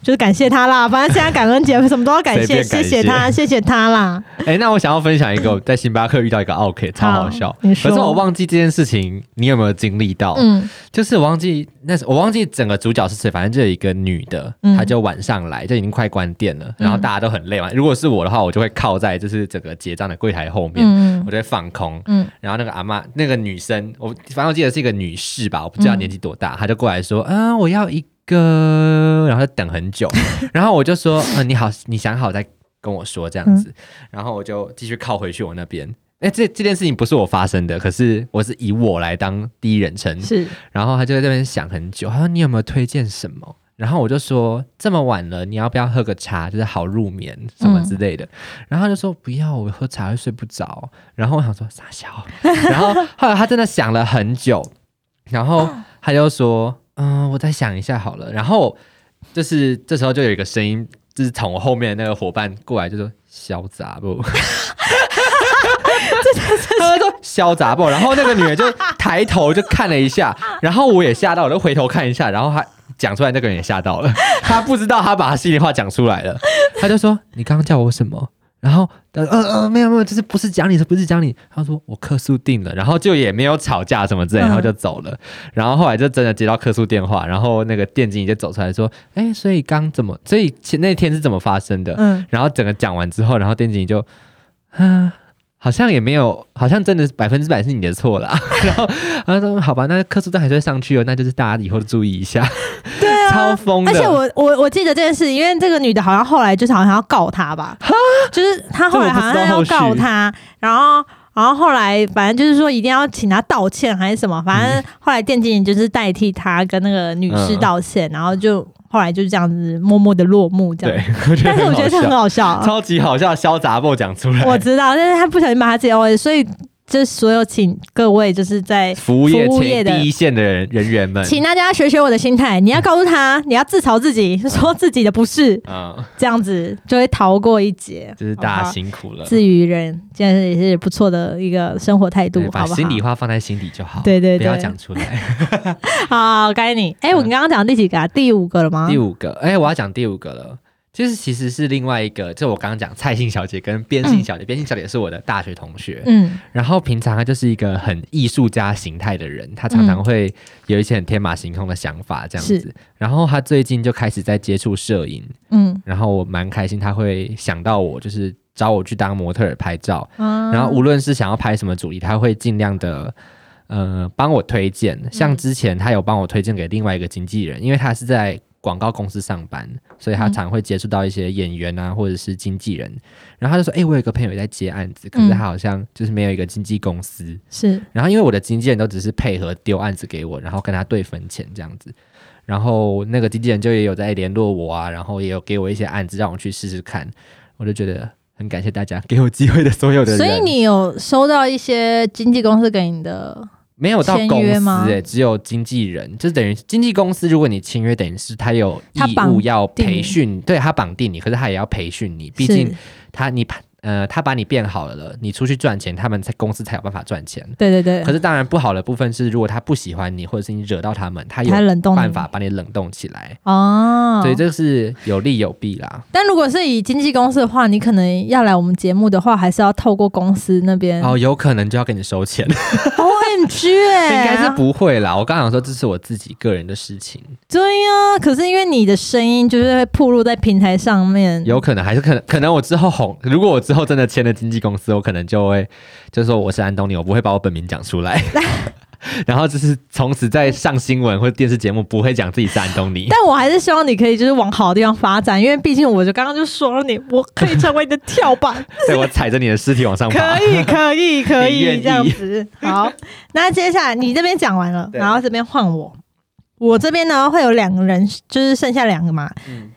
Speaker 2: 就是感谢她啦，反正现在感恩节什么都要感
Speaker 1: 随
Speaker 2: 谢，
Speaker 1: 便感谢
Speaker 2: 谢谢她，谢谢她啦。
Speaker 1: 哎、那我想要分享一个我在星巴克遇到一个 OK 超好笑，
Speaker 2: 你
Speaker 1: 可
Speaker 2: 说
Speaker 1: 是我忘记这件事情，你有没有经历到？
Speaker 2: 嗯
Speaker 1: 就是我忘记那时我忘记整个主角是谁，反正就有一个女的，
Speaker 2: 嗯
Speaker 1: 她就晚上来，就已经快关店了，然后大家都很累嘛。如果是我的话，我就会靠在就是整个结账的柜台后面，
Speaker 2: 嗯
Speaker 1: 我就会放空。
Speaker 2: 嗯
Speaker 1: 然后那个阿妈，那个女生，我反正我记得是一个女士吧，我不知道
Speaker 2: 嗯
Speaker 1: 年纪多大，她就过来说，嗯、我要一个，然后她等很久， 然后我就说，嗯、你好，你想好再跟我说这样
Speaker 2: 嗯
Speaker 1: 子，然后我就继续靠回去我那边。哎，这这件事情不是我发生的，可是我是以我来当第一人称，
Speaker 2: 嗯，是
Speaker 1: 然后他就在那边想很久，他说你有没有推荐什么？然后我就说这么晚了，你要不要喝个茶，就是好入眠什么之类的。然后他就说不要，我喝茶会睡不着。然后我想说傻笑，然后后来他真的想了很久，然后他就说嗯，我再想一下好了。然后就是这时候就有一个声音，就是从我后面的那个伙伴过来，就说小杂不。他们说小杂报，然后那个女人就抬头就看了一下，然后我也吓到，我就回头看一下，然后她讲出来，那个人也吓到了，他不知道他把他心里话讲出来了，他就说你刚刚叫我什么？然后呃呃呃没有没有，就是不是讲你，不是讲你。他说我客诉定了，然后就也没有吵架什么之类，然后就走了。然后后来就真的接到客诉电话，然后那个店经理就走出来说，哎，所以刚怎么，所以前那天是怎么发生的？
Speaker 2: 嗯
Speaker 1: 然后整个讲完之后，然后店经理就，啊，好像也没有，好像真的百分之百是你的错啦。 然后然后说好吧，那客数都还是会上去哦，那就是大家以后注意一下。
Speaker 2: 对啊，
Speaker 1: 超疯的
Speaker 2: 而且我我我记得这件事，因为这个女的好像后来就是好像要告他吧，就是她后来好像要告他，然后然后后来反正就是说一定要请她道歉还是什么，反正后来电竞就是代替她跟那个女士道歉，然后就后来就是这样子默默的落幕这
Speaker 1: 对
Speaker 2: 样。，
Speaker 1: 我觉得
Speaker 2: 但是我
Speaker 1: 很
Speaker 2: 觉
Speaker 1: 好
Speaker 2: 得这很
Speaker 1: 笑，
Speaker 2: 好笑 啊，
Speaker 1: 超级好笑，潇洒不讲出
Speaker 2: 我
Speaker 1: 来。
Speaker 2: 知道，但是她不小心把她自己 O 所以就所有请各位就是在
Speaker 1: 服务业
Speaker 2: 服务
Speaker 1: 前
Speaker 2: 业的
Speaker 1: 第一线的人人员们，
Speaker 2: 请大家学学我的心态，你要告诉他，你要自嘲自己，说自己的不是，
Speaker 1: 嗯，
Speaker 2: 这样子就会逃过一劫。
Speaker 1: 就是大
Speaker 2: 好
Speaker 1: 家
Speaker 2: 不好
Speaker 1: 辛苦了，
Speaker 2: 啊自娱人，这样也是不错的一个生活态度
Speaker 1: 哎对，把
Speaker 2: 好不好？
Speaker 1: 心里话放在心底就好，
Speaker 2: 对对
Speaker 1: 不要
Speaker 2: 对
Speaker 1: 讲出来。
Speaker 2: 好，该你。哎、我
Speaker 1: 嗯
Speaker 2: 刚刚讲第几个、啊？第五个了吗？
Speaker 1: 第五个，哎，我要讲第五个了。就是其实是另外一个，就我刚刚讲蔡姓小姐跟边姓小姐，边姓小姐是我的大学同学，
Speaker 2: 嗯
Speaker 1: 然后平常他就是一个很艺术家形态的人，他常常会有一些很天马行空的想法这样子
Speaker 2: 是。
Speaker 1: 然后他最近就开始在接触摄影，
Speaker 2: 嗯
Speaker 1: 然后我蛮开心，他会想到我，就是找我去当模特儿拍照。嗯
Speaker 2: 啊
Speaker 1: 然后无论是想要拍什么主题，他会尽量的。呃，帮我推荐，
Speaker 2: 嗯
Speaker 1: 像之前他有帮我推荐给另外一个经纪人，因为他是在广告公司上班，所以他
Speaker 2: 嗯
Speaker 1: 常会接触到一些演员啊，或者是经纪人。然后他就说：“诶，我有一个朋友也在接案子，可是
Speaker 2: 嗯
Speaker 1: 他好像就是没有一个经纪公司。
Speaker 2: 是
Speaker 1: 然后因为我的经纪人都只是配合丢案子给我，然后跟他对分钱这样子。然后那个经纪人就也有在联络我啊，然后也有给我一些案子让我去试试看。我就觉得很感谢大家给我机会的所有的人，
Speaker 2: 所以你有收到一些经纪公司给你的，
Speaker 1: 没有到公
Speaker 2: 签约
Speaker 1: 司
Speaker 2: 吗
Speaker 1: 哎、只有经纪人，就等于经纪公司。如果你签约，等于是他有义
Speaker 2: 他绑
Speaker 1: 务要
Speaker 2: 定
Speaker 1: 培训，对他绑定你，可是他也要培训你，毕竟
Speaker 2: 是
Speaker 1: 他你呃他把你变好了，你出去赚钱，他们才公司才有办法赚钱。
Speaker 2: 对对对，
Speaker 1: 可是当然不好的部分是，如果他不喜欢你，或者是你惹到他们，他有
Speaker 2: 他冷冻你
Speaker 1: 办法把你冷冻起来。
Speaker 2: 哦。
Speaker 1: 所以这是有利有弊啦。
Speaker 2: 但如果是以经纪公司的话，你可能要来我们节目的话，还是要透过公司那边。 哦
Speaker 1: 哦，有可能就要给你收钱，应
Speaker 2: OMG，哎、
Speaker 1: 该是不会啦。我刚想说这是我自己个人的事情，
Speaker 2: 对呀、可是因为你的声音就是会暴露在平台上面，
Speaker 1: 有可能还是可能，可能我之后红，如果我之后真的签了经纪公司，我可能就会就说我是安东尼，我不会把我本名讲出 来。然后就是从此在上新闻或电视节目不会讲自己是安东尼。
Speaker 2: 但我还是希望你可以就是往好的地方发展，因为毕竟我就刚刚就说了你，我可以成为你的跳 板，
Speaker 1: 对我踩着你的尸体往上爬。
Speaker 2: 可以，可以，可
Speaker 1: 你愿
Speaker 2: 以
Speaker 1: 意
Speaker 2: 这样子。好，那接下来你这边讲完了，
Speaker 1: 对
Speaker 2: 然后这边换我，我这边呢会有两个人，就是剩下两个嘛。
Speaker 1: 嗯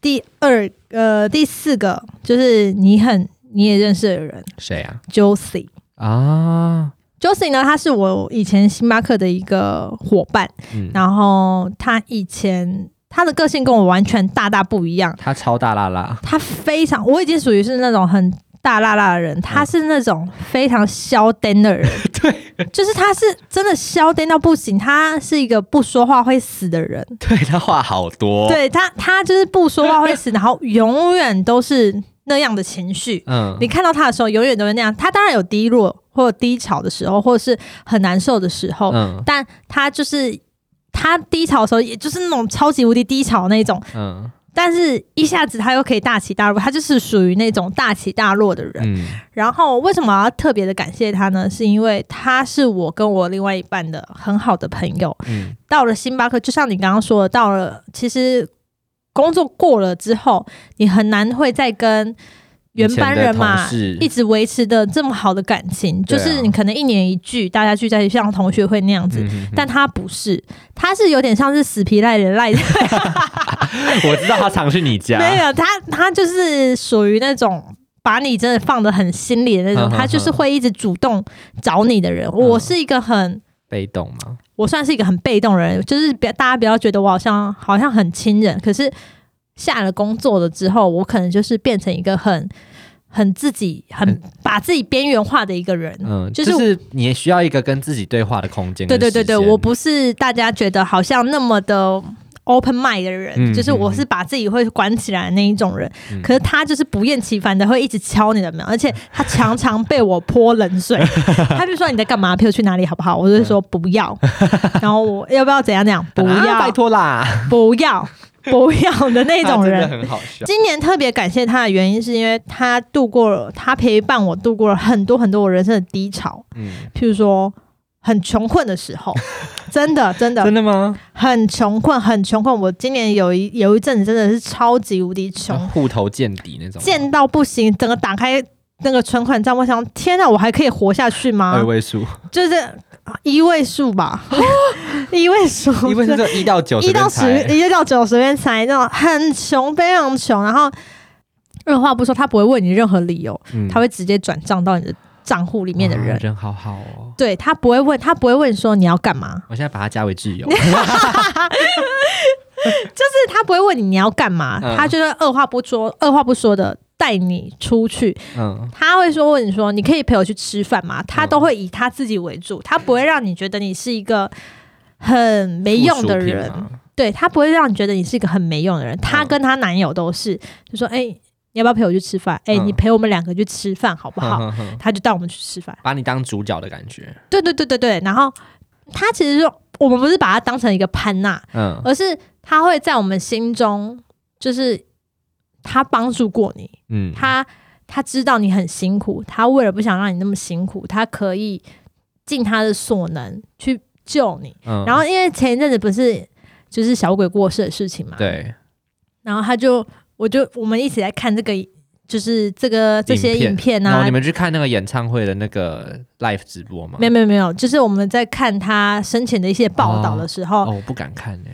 Speaker 2: 第二呃第四个就是你很你也认识的人
Speaker 1: 谁啊？
Speaker 2: Josie。
Speaker 1: 啊，
Speaker 2: Josie 呢，他是我以前星巴克的一个伙伴，
Speaker 1: 嗯
Speaker 2: 然后他以前他的个性跟我完全大大不一样。
Speaker 1: 他超大辣辣，
Speaker 2: 他非常，我已经属于是那种很大辣辣的人，
Speaker 1: 嗯
Speaker 2: 他是那种非常消癫 的人，对，就是他是真的消癫到不行，他是一个不说话会死的人，
Speaker 1: 对他话好多，，
Speaker 2: 对他，他就是不说话会死，然后永远都是那样的情绪。
Speaker 1: 嗯
Speaker 2: 你看到他的时候，永远都是那样。他当然有低落或者低潮的时候，或者是很难受的时候，
Speaker 1: 嗯
Speaker 2: 但他就是他低潮的时候，也就是那种超级无敌低潮那种，
Speaker 1: 嗯
Speaker 2: 但是一下子他又可以大起大落，他就是属于那种大起大落的人。
Speaker 1: 嗯
Speaker 2: 然后为什么我要特别的感谢他呢？是因为他是我跟我另外一半的很好的朋友。
Speaker 1: 嗯
Speaker 2: 到了星巴克，就像你刚刚说的，到了其实工作过了之后，你很难会再跟原班人
Speaker 1: 以前的
Speaker 2: 马
Speaker 1: 同事
Speaker 2: 一直维持的这么好的感情，就
Speaker 1: 对啊
Speaker 2: 是你可能一年一聚，大家聚在一起像同学会那样子。
Speaker 1: 嗯嗯
Speaker 2: 但他不是，他是有点像是死皮赖脸赖着，
Speaker 1: 我知道他常去你家，
Speaker 2: 没有他，他就是属于那种把你真的放得很心里的那种，
Speaker 1: 嗯哼嗯
Speaker 2: 他就是会一直主动找你的人。我是一个很
Speaker 1: 被动吗？
Speaker 2: 我算是一个很被动的人，就是别大家不要觉得我好像好像很亲人，可是下了工作了之后，我可能就是变成一个很很自己很把自己边缘化的一个人。
Speaker 1: 嗯，
Speaker 2: 就
Speaker 1: 就是是、你也需要一个跟自己对话的空间
Speaker 2: 对
Speaker 1: 跟
Speaker 2: 对
Speaker 1: 时
Speaker 2: 对
Speaker 1: 间。
Speaker 2: 对，我不是大家觉得好像那么的 open mind 的人，
Speaker 1: 嗯
Speaker 2: 就是我是把自己会关起来的那一种人。
Speaker 1: 嗯
Speaker 2: 可是他就是不厌其烦的会一直敲你的门，而且他常常被我泼冷 水。他就说你在干嘛？陪我去哪里好不好？我就说不 要。然后我要不要怎样怎样？不
Speaker 1: 啊
Speaker 2: 要，
Speaker 1: 拜托啦，
Speaker 2: 不要不要的那 种
Speaker 1: 他真的
Speaker 2: 人。
Speaker 1: 很好笑。
Speaker 2: 今年特别感谢他的原因，是因为他度过了，他陪伴我度过了很多很多我人生的低潮，
Speaker 1: 嗯，
Speaker 2: 譬如说很穷困的时 候，真的真的
Speaker 1: 真的吗？
Speaker 2: 很穷困，很穷困。我今年有一有一阵子真的是超级无敌穷，
Speaker 1: 户头见底那种吗，
Speaker 2: 贱到不行，整个打开那个存款账，我想天哪，我还可以活下去吗
Speaker 1: 二？位 数，
Speaker 2: 就是啊一位数 吧，一位数，
Speaker 1: 因为是这一到九，
Speaker 2: 一到十
Speaker 1: 随便，猜
Speaker 2: 一到九随便猜，那种很穷，非常穷。然后二话不说，他不会问你任何理由，
Speaker 1: 嗯
Speaker 2: 他会直接转账到你的账户里面的人。
Speaker 1: 哇人好好哦。
Speaker 2: 对他不会问，他不会问说你要干嘛，
Speaker 1: 我现在把他加为挚友，
Speaker 2: 就是他不会问你你要干嘛，
Speaker 1: 嗯
Speaker 2: 他就是二话不说，二话不说的带你出去。
Speaker 1: 嗯，
Speaker 2: 他会说问你说你可以陪我去吃饭吗？他都会以他自己为主，他不会让你觉得你是一个很没用的
Speaker 1: 附属
Speaker 2: 人
Speaker 1: 品。啊嗯吗
Speaker 2: 对他不会让你觉得你是一个很没用的人。她跟她男友都是，就说：“哎、你要不要陪我去吃饭？哎、
Speaker 1: 嗯
Speaker 2: 你陪我们两个去吃饭好不好？”
Speaker 1: 哼哼哼
Speaker 2: 他就带我们去吃 饭。
Speaker 1: 把你当主角的感觉，
Speaker 2: 对对对对对。然后他其实说，我们不是把他当成一个潘娜，
Speaker 1: 嗯，
Speaker 2: 而是他会在我们心中，就是他帮助过你，
Speaker 1: 嗯，
Speaker 2: 他他知道你很辛苦，他为了不想让你那么辛苦，他可以尽他的所能去救你。
Speaker 1: 嗯，
Speaker 2: 然后因为前一阵子不是就是小鬼过世的事情嘛，
Speaker 1: 对，
Speaker 2: 然后他就，我就我们一起来看这个，就是这个这些影片
Speaker 1: 然后
Speaker 2: 啊
Speaker 1: 你，们去看那个演唱会的那个 live 直播吗？
Speaker 2: 没有没有没有，就是我们在看他生前的一些报道的时候，
Speaker 1: 哦，我不敢看呢。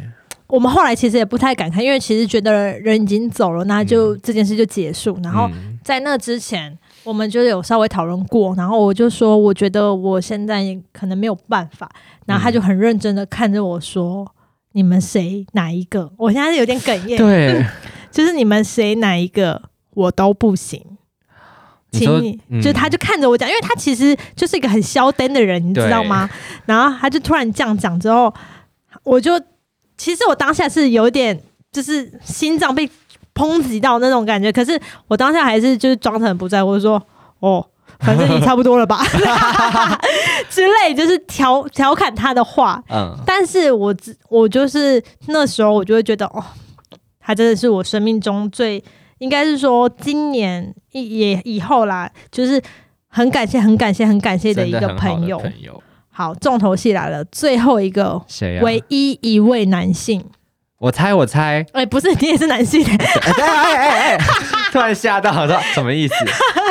Speaker 2: 我们后来其实也不太敢看，因为其实觉得人已经走了，那就、这件事就结束。然后
Speaker 1: 嗯
Speaker 2: 在那之前，我们就有稍微讨论过，然后我就说，我觉得我现在可能没有办法。然后他就很认真的看着我说。你们谁哪一个？我现在有点哽 咽，
Speaker 1: 对，
Speaker 2: 就是你们谁哪一个我都不行。
Speaker 1: 你说
Speaker 2: 请你，
Speaker 1: 嗯
Speaker 2: 就是他就看着我讲，因为他其实就是一个很消灯的人，你知道吗？然后他就突然这样讲之后，我就其实我当下是有点就是心脏被抨击到那种感觉，可是我当下还是就是装成不在乎，我就说哦。反正你差不多了吧， 之类就是调调侃他的话，
Speaker 1: 嗯，
Speaker 2: 但是我只我就是那时候我就会觉得，哦，他真的是我生命中最，应该是说今年一也以后啦，就是很感谢、很感谢、很感谢
Speaker 1: 真
Speaker 2: 一
Speaker 1: 的
Speaker 2: 个
Speaker 1: 很好
Speaker 2: 朋友
Speaker 1: 的。朋友
Speaker 2: 好，重头戏来了，最后一个，
Speaker 1: 谁
Speaker 2: 唯
Speaker 1: 呀？
Speaker 2: 一一位男性，
Speaker 1: 我猜，我 猜，
Speaker 2: 哎、不是 你也是男性，
Speaker 1: 哎哎哎哎， 突然吓到，我说什么 意思？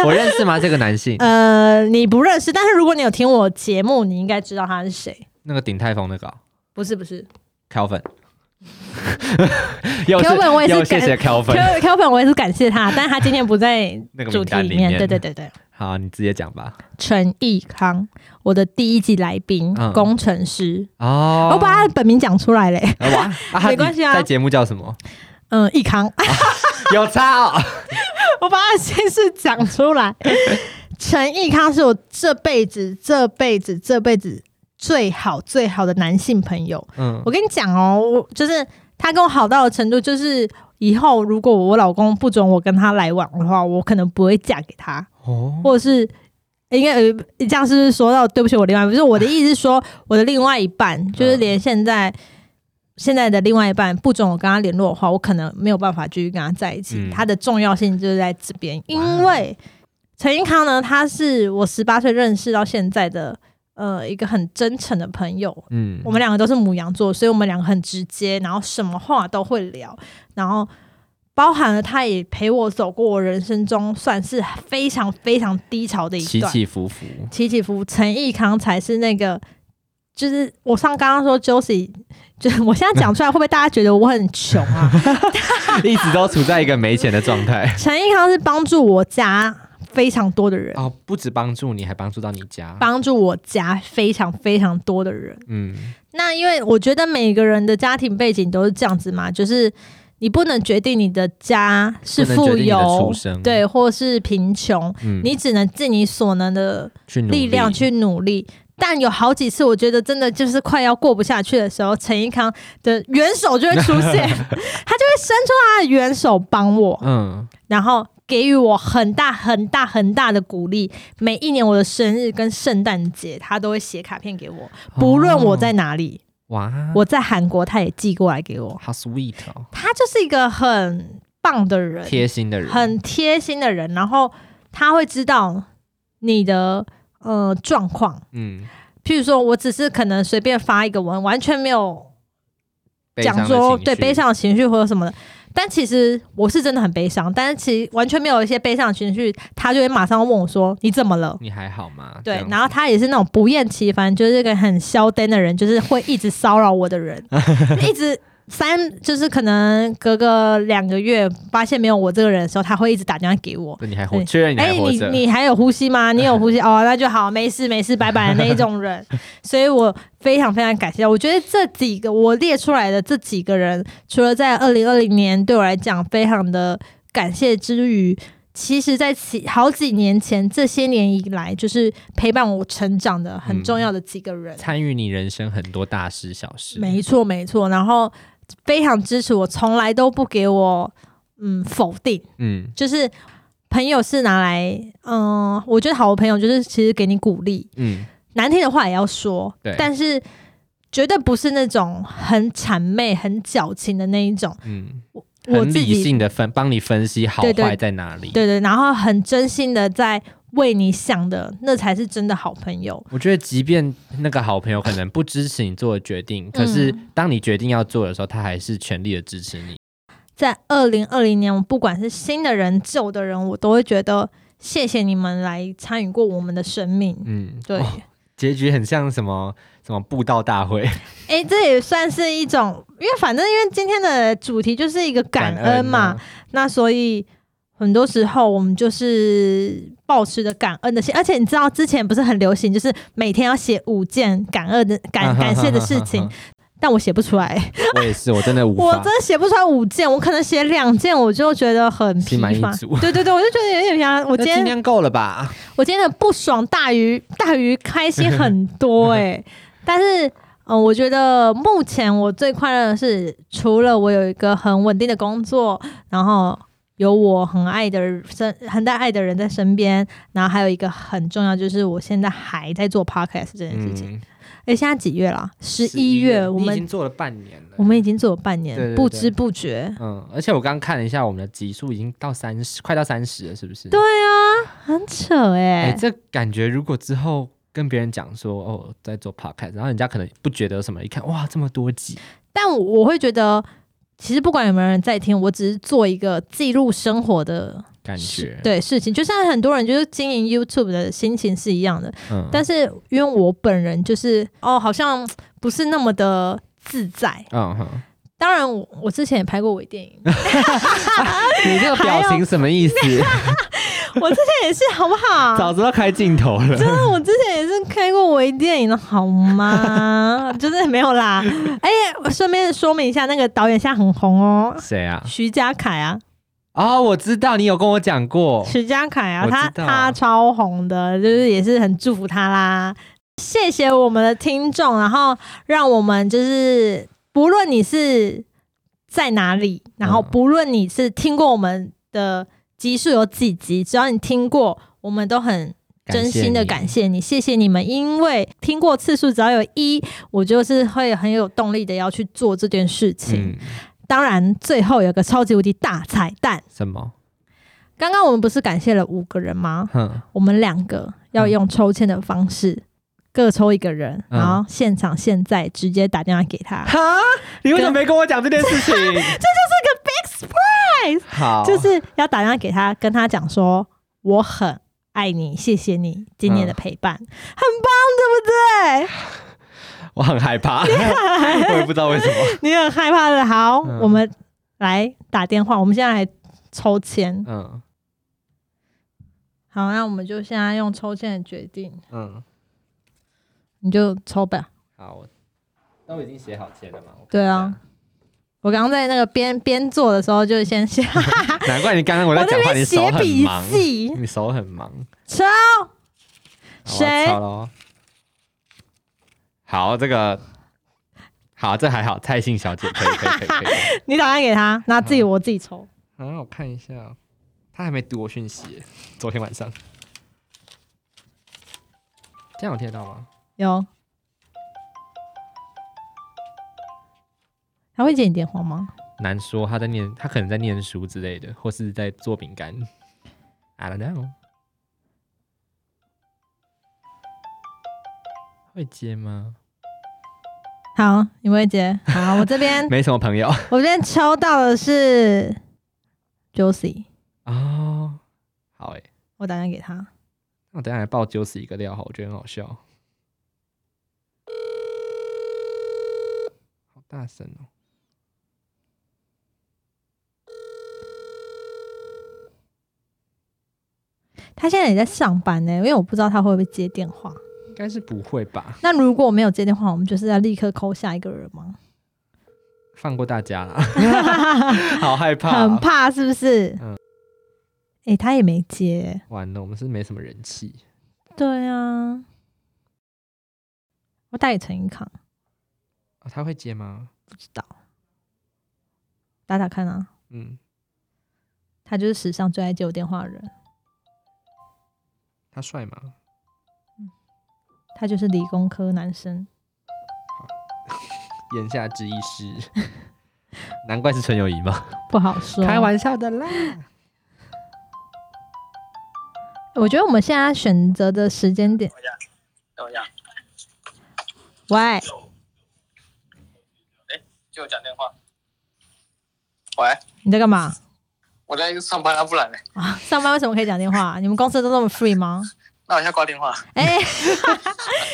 Speaker 1: 我认识吗？这个男性，
Speaker 2: 呃，你不认识，但是如果你有听我节目，你应该知道他是谁。
Speaker 1: 那个鼎泰丰那个哦
Speaker 2: 不是不是
Speaker 1: Calvin，又
Speaker 2: Calvin 我也是
Speaker 1: 又谢谢 Calvin，
Speaker 2: ，Q Q 粉我也是感谢他，但是他今天不在
Speaker 1: 那个
Speaker 2: 主
Speaker 1: 名
Speaker 2: 题
Speaker 1: 单
Speaker 2: 里
Speaker 1: 里面
Speaker 2: 对对对对，
Speaker 1: 好，你直接讲吧。
Speaker 2: 陈义康，我的第一季来宾，
Speaker 1: 嗯
Speaker 2: 工程师。
Speaker 1: 哦，
Speaker 2: 我把 他的本名讲出来嘞，
Speaker 1: 呃哇，啊
Speaker 2: 没关系啊
Speaker 1: 你在节目叫什 么？
Speaker 2: 嗯，义康，
Speaker 1: 有差哦。
Speaker 2: 我把他的姓氏讲出 来。陈义康是我这辈子、这辈子、这辈子最好、最好的男性朋友。
Speaker 1: 嗯
Speaker 2: 我跟你讲哦，我就是他跟我好到的程度，就是以后如果我老公不准我跟他来往的话，我可能不会嫁给他，
Speaker 1: 哦，
Speaker 2: 或者是应该呃，这样是不是说到对不起我另外一半？不是我的意思
Speaker 1: 嗯
Speaker 2: 是说，我的另外一半就是连现在。现在的另外一半不准我跟他联络的话，我可能没有办法继续跟他在一起。
Speaker 1: 嗯
Speaker 2: 他的重要性就是在这边，因为陈英康呢，他是我十八岁认识到现在的呃一个很真诚的朋友，
Speaker 1: 嗯
Speaker 2: 我们两个都是母羊座，所以我们两个很直接，然后什么话都会聊，然后包含了他也陪我走过我人生中算是非常非常低潮的一
Speaker 1: 起
Speaker 2: 段，
Speaker 1: 起伏伏，
Speaker 2: 起起伏。陈义康才是那个，就是我上刚刚说 Josie，就是我现在讲出来会不会大家觉得我很穷啊？
Speaker 1: 一直都处在一个没钱的状态。
Speaker 2: 陈义康是帮助我家非常多的人，
Speaker 1: 哦，不止帮助你，还帮助到你家。
Speaker 2: 帮助我家非常非常多的人。
Speaker 1: 嗯
Speaker 2: 那因为我觉得每个人的家庭背景都是这样子嘛，就是你不能决定你的家是
Speaker 1: 不
Speaker 2: 富
Speaker 1: 能决定你的
Speaker 2: 有
Speaker 1: 出身，
Speaker 2: 对，或是贫穷，
Speaker 1: 嗯，
Speaker 2: 你只能尽你所能的
Speaker 1: 去努
Speaker 2: 力量
Speaker 1: 力
Speaker 2: 去努力。但有好几次，我觉得真的就是快要过不下去的时候，陈一康的援手就会出 现，他就会伸出他的援手帮我，
Speaker 1: 嗯，
Speaker 2: 然后给予我很大很大很大的鼓励。每一年我的生日跟圣诞节，他都会写卡片给我，不论
Speaker 1: 哦
Speaker 2: 我在哪里。
Speaker 1: 哇，
Speaker 2: 我在韩国，他也寄过来给我。
Speaker 1: 好 sweet 哦，
Speaker 2: 他就是一个很棒的人，
Speaker 1: 贴心的人，
Speaker 2: 很贴心的人，然后他会知道你的呃状况。
Speaker 1: 嗯，
Speaker 2: 譬如说，我只是可能随便发一个文，完全没有
Speaker 1: 悲伤
Speaker 2: 讲
Speaker 1: 的
Speaker 2: 说
Speaker 1: 情
Speaker 2: 对
Speaker 1: 绪
Speaker 2: 悲，伤的情绪或者什么的。但其实我是真的很悲伤，但是其实完全没有一些悲伤的情绪，他就会马上问我说：“你怎么了？”
Speaker 1: 你还好吗？啊这
Speaker 2: 对
Speaker 1: 样，
Speaker 2: 然后他也是那种不厌其烦，就是一个很嚣张的人，就是会一直骚扰我 的人，一直三就是可能隔个两个月发现没有我这个人的时候，他会一直打电话给我。
Speaker 1: 对你还活，
Speaker 2: 对
Speaker 1: 确认你
Speaker 2: 哎、
Speaker 1: 还活
Speaker 2: 你
Speaker 1: 着，
Speaker 2: 你还有呼吸吗？你有呼吸哦，那就好，没事没事，拜拜的那一种人，所以我非常非常感谢。我觉得这几个我列出来的这几个人，除了在二零二零年对我来讲非常的感谢之余，其实在其好几年前这些年以来，就是陪伴我成长的很重要的几个人，
Speaker 1: 参与你人生很多大事小事，
Speaker 2: 没错没错，然后非常支持我，从来都不给我嗯否定。
Speaker 1: 嗯
Speaker 2: 就是朋友是拿来，嗯、我觉得好的朋友就是其实给你鼓励，
Speaker 1: 嗯，
Speaker 2: 难听的话也要说
Speaker 1: 对，
Speaker 2: 但是绝对不是那种很谄媚、很矫情的那一种。
Speaker 1: 嗯，
Speaker 2: 我
Speaker 1: 很
Speaker 2: 自
Speaker 1: 理
Speaker 2: 己
Speaker 1: 性的分帮你分析好
Speaker 2: 对对
Speaker 1: 坏在哪里。
Speaker 2: 对对，然后很真心的在为你想的，那才是真的好朋友。
Speaker 1: 我觉得，即便那个好朋友可能不支持你做的决
Speaker 2: 嗯
Speaker 1: 定，可是当你决定要做的时候，他还是全力的支持你。
Speaker 2: 在二零二零年，我不管是新的人、旧的人，我都会觉得谢谢你们来参与过我们的生命。
Speaker 1: 嗯，
Speaker 2: 对，
Speaker 1: 哦结局很像什么什么布道大会，
Speaker 2: 哎、这也算是一种，因为反正因为今天的主题就是一个感恩嘛，
Speaker 1: 啊，
Speaker 2: 那所以很多时候我们就是保持着感恩的心，而且你知道之前不是很流行，就是每天要写五件感恩的
Speaker 1: 啊
Speaker 2: 感感谢的事情，但我写不出来，
Speaker 1: 我也是，我真的无
Speaker 2: 我
Speaker 1: 法
Speaker 2: 真，的写不出来五件，我可能写两件我就觉得很疲
Speaker 1: 心满意
Speaker 2: 乏。
Speaker 1: 足。
Speaker 2: 对对对，我就觉得有点像我
Speaker 1: 那
Speaker 2: 今
Speaker 1: 今
Speaker 2: 天
Speaker 1: 天够了吧？
Speaker 2: 我今天的不爽大于大于开心很多哎、 但是嗯、呃我觉得目前我最快乐的是，除了我有一个很稳定的工作，然后有我很爱的人身很大爱的人在身边，然后还有一个很重要就是我现在还在做 podcast 这件事情。
Speaker 1: 嗯，
Speaker 2: 哎、现在几月了？嗯十
Speaker 1: 11
Speaker 2: 一月，我
Speaker 1: 你已
Speaker 2: 们
Speaker 1: 经做了半年了。
Speaker 2: 我们已经做了半年，
Speaker 1: 对对对
Speaker 2: 不知不觉，
Speaker 1: 嗯，而且我刚看了一下，我们的集数已经到三十，快到三十了，是不是？
Speaker 2: 对啊很扯哎、
Speaker 1: 哎、这感觉如果之后跟别人讲说哦在做 podcast，然后人家可能不觉得有什么，一看哇这么多集，
Speaker 2: 但我我会觉得，其实不管有没有人在听，我只是做一个记录生活的
Speaker 1: 感
Speaker 2: 事
Speaker 1: 觉，
Speaker 2: 对事情，就像很多人就是经营 YouTube 的心情是一样的。
Speaker 1: 嗯，
Speaker 2: 但是因为我本人就是哦，好像不是那么的自在。
Speaker 1: 嗯哼，
Speaker 2: 当然我， 我之前也拍过微电影，
Speaker 1: 你这个表情什么意思？
Speaker 2: 我之前也是，好不 好？
Speaker 1: 早知道开镜头了。
Speaker 2: 真的，我之前也是开过微电影的，好吗？ 就是没有啦。哎、我顺便说明一下，那个导演现在很红哦，
Speaker 1: 谁啊？
Speaker 2: 徐嘉凯啊，
Speaker 1: 哦，我知道你有跟我讲过，
Speaker 2: 徐嘉凯
Speaker 1: 哦
Speaker 2: 啊，
Speaker 1: 我
Speaker 2: 他
Speaker 1: 知道
Speaker 2: 他超红的，就是也是很祝福他啦。谢谢我们的听众，然后让我们就是不论你是在哪里，然后
Speaker 1: 嗯
Speaker 2: 不论你是听过我们的集数有几集，只要你听过，我们都很真心的感
Speaker 1: 谢
Speaker 2: 谢你，谢谢你们，因为听过次数只要有一，我就是会很有动力的要去做这件事
Speaker 1: 你。
Speaker 2: 情。
Speaker 1: 嗯，
Speaker 2: 当然，最后有个超级无敌大彩蛋，
Speaker 1: 什么？
Speaker 2: 刚刚我们不是感谢了五个人吗？
Speaker 1: 哼，
Speaker 2: 我们两个要用抽签的方式。各抽一个人，
Speaker 1: 嗯
Speaker 2: 然后现场现在直接打电话给他，
Speaker 1: 哈，你为什么没跟我讲这件事 情？
Speaker 2: 这就是个
Speaker 1: 好，
Speaker 2: 就是要打电话给他，跟他讲说我很爱你，谢谢你今年的陪伴，
Speaker 1: 嗯
Speaker 2: 很棒，对不对？
Speaker 1: 我很害怕，我也不知道为什么。
Speaker 2: 你很害怕的。好，
Speaker 1: 嗯
Speaker 2: 我们来打电话，我们现在来抽签。
Speaker 1: 嗯
Speaker 2: 好，那我们就现在用抽签的决定，
Speaker 1: 嗯，
Speaker 2: 你就抽吧。
Speaker 1: 好，我那我已经写好签了嘛。我看
Speaker 2: 对啊我刚刚在那个边边做的时候，就先写，
Speaker 1: 一下，难怪你刚刚我 在
Speaker 2: 我那
Speaker 1: 讲话，你
Speaker 2: 边
Speaker 1: 手
Speaker 2: 写
Speaker 1: 很
Speaker 2: 笔
Speaker 1: 忙，
Speaker 2: 记，
Speaker 1: 你手很忙。
Speaker 2: 抽
Speaker 1: 好我要
Speaker 2: 谁
Speaker 1: 抄咯好，这个好，这还好，蔡姓小姐可以可以可以可 以。可以
Speaker 2: 你打算给他，那自己我自己抽。
Speaker 1: 啊，我看一下，他还没读我讯息耶，昨天晚上。这样有听得到吗？
Speaker 2: 有，他会接你电话吗？
Speaker 1: 难说，他在念，他可能在念书之类的，或是在做饼干。I don't know。会接吗？
Speaker 2: 好，你不会接。好，我这 边
Speaker 1: 没什么朋友啊、
Speaker 2: 我这边抽到的是 Josie，
Speaker 1: 哦。好诶，
Speaker 2: 我打算给他。
Speaker 1: 那我等一下来爆九死一个料好，我觉得很好笑。好大声哦！
Speaker 2: 他现在也在上班呢、因为我不知道他会不会接电话。
Speaker 1: 应该是不会吧？
Speaker 2: 那如果我没有接电话，我们就是要立刻扣下一个人吗？
Speaker 1: 放过大家啦， 好害怕、哦
Speaker 2: 很怕是不是？
Speaker 1: 嗯
Speaker 2: 哎、他也没接、
Speaker 1: 完了，我们是没什么人气。
Speaker 2: 对啊，我打给陈英康，
Speaker 1: 哦、他会接吗？
Speaker 2: 不知道，打打看啊。
Speaker 1: 嗯，
Speaker 2: 他就是史上最爱接我电话的人，
Speaker 1: 他帅吗？
Speaker 2: 他就是理工科男生。
Speaker 1: 言下之意是， 难怪是陈友谊吗？
Speaker 2: 不好说，
Speaker 1: 开玩笑的啦。
Speaker 2: 我觉得我们现在选择的时间点，
Speaker 3: 怎么样？
Speaker 2: 喂，
Speaker 3: 就我讲电话。喂，
Speaker 2: 你在干嘛？
Speaker 3: 我在上班啊，不然呢？
Speaker 2: 啊，上班为什么可以讲电 话？你们公司都这么 free 吗？
Speaker 3: 那我先挂电话。
Speaker 2: 哎、
Speaker 3: 啊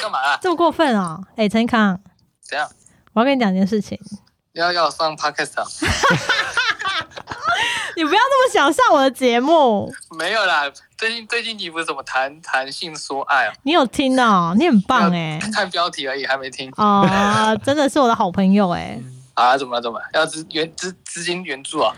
Speaker 3: 干嘛啊？
Speaker 2: 这么过分啊！哎、陈康，
Speaker 3: 怎样？
Speaker 2: 我要跟你讲一件事情，
Speaker 3: 要要上 podcast 啊？
Speaker 2: 你不要这么想上我的节目。
Speaker 3: 没有啦，最近最近你不是怎么谈谈性说爱啊？
Speaker 2: 你有听哦，你很棒哎、
Speaker 3: 看标题而已，还没听
Speaker 2: 啊、真的是我的好朋友哎、
Speaker 3: 啊？怎么了？怎么了？要资源资资金援助啊？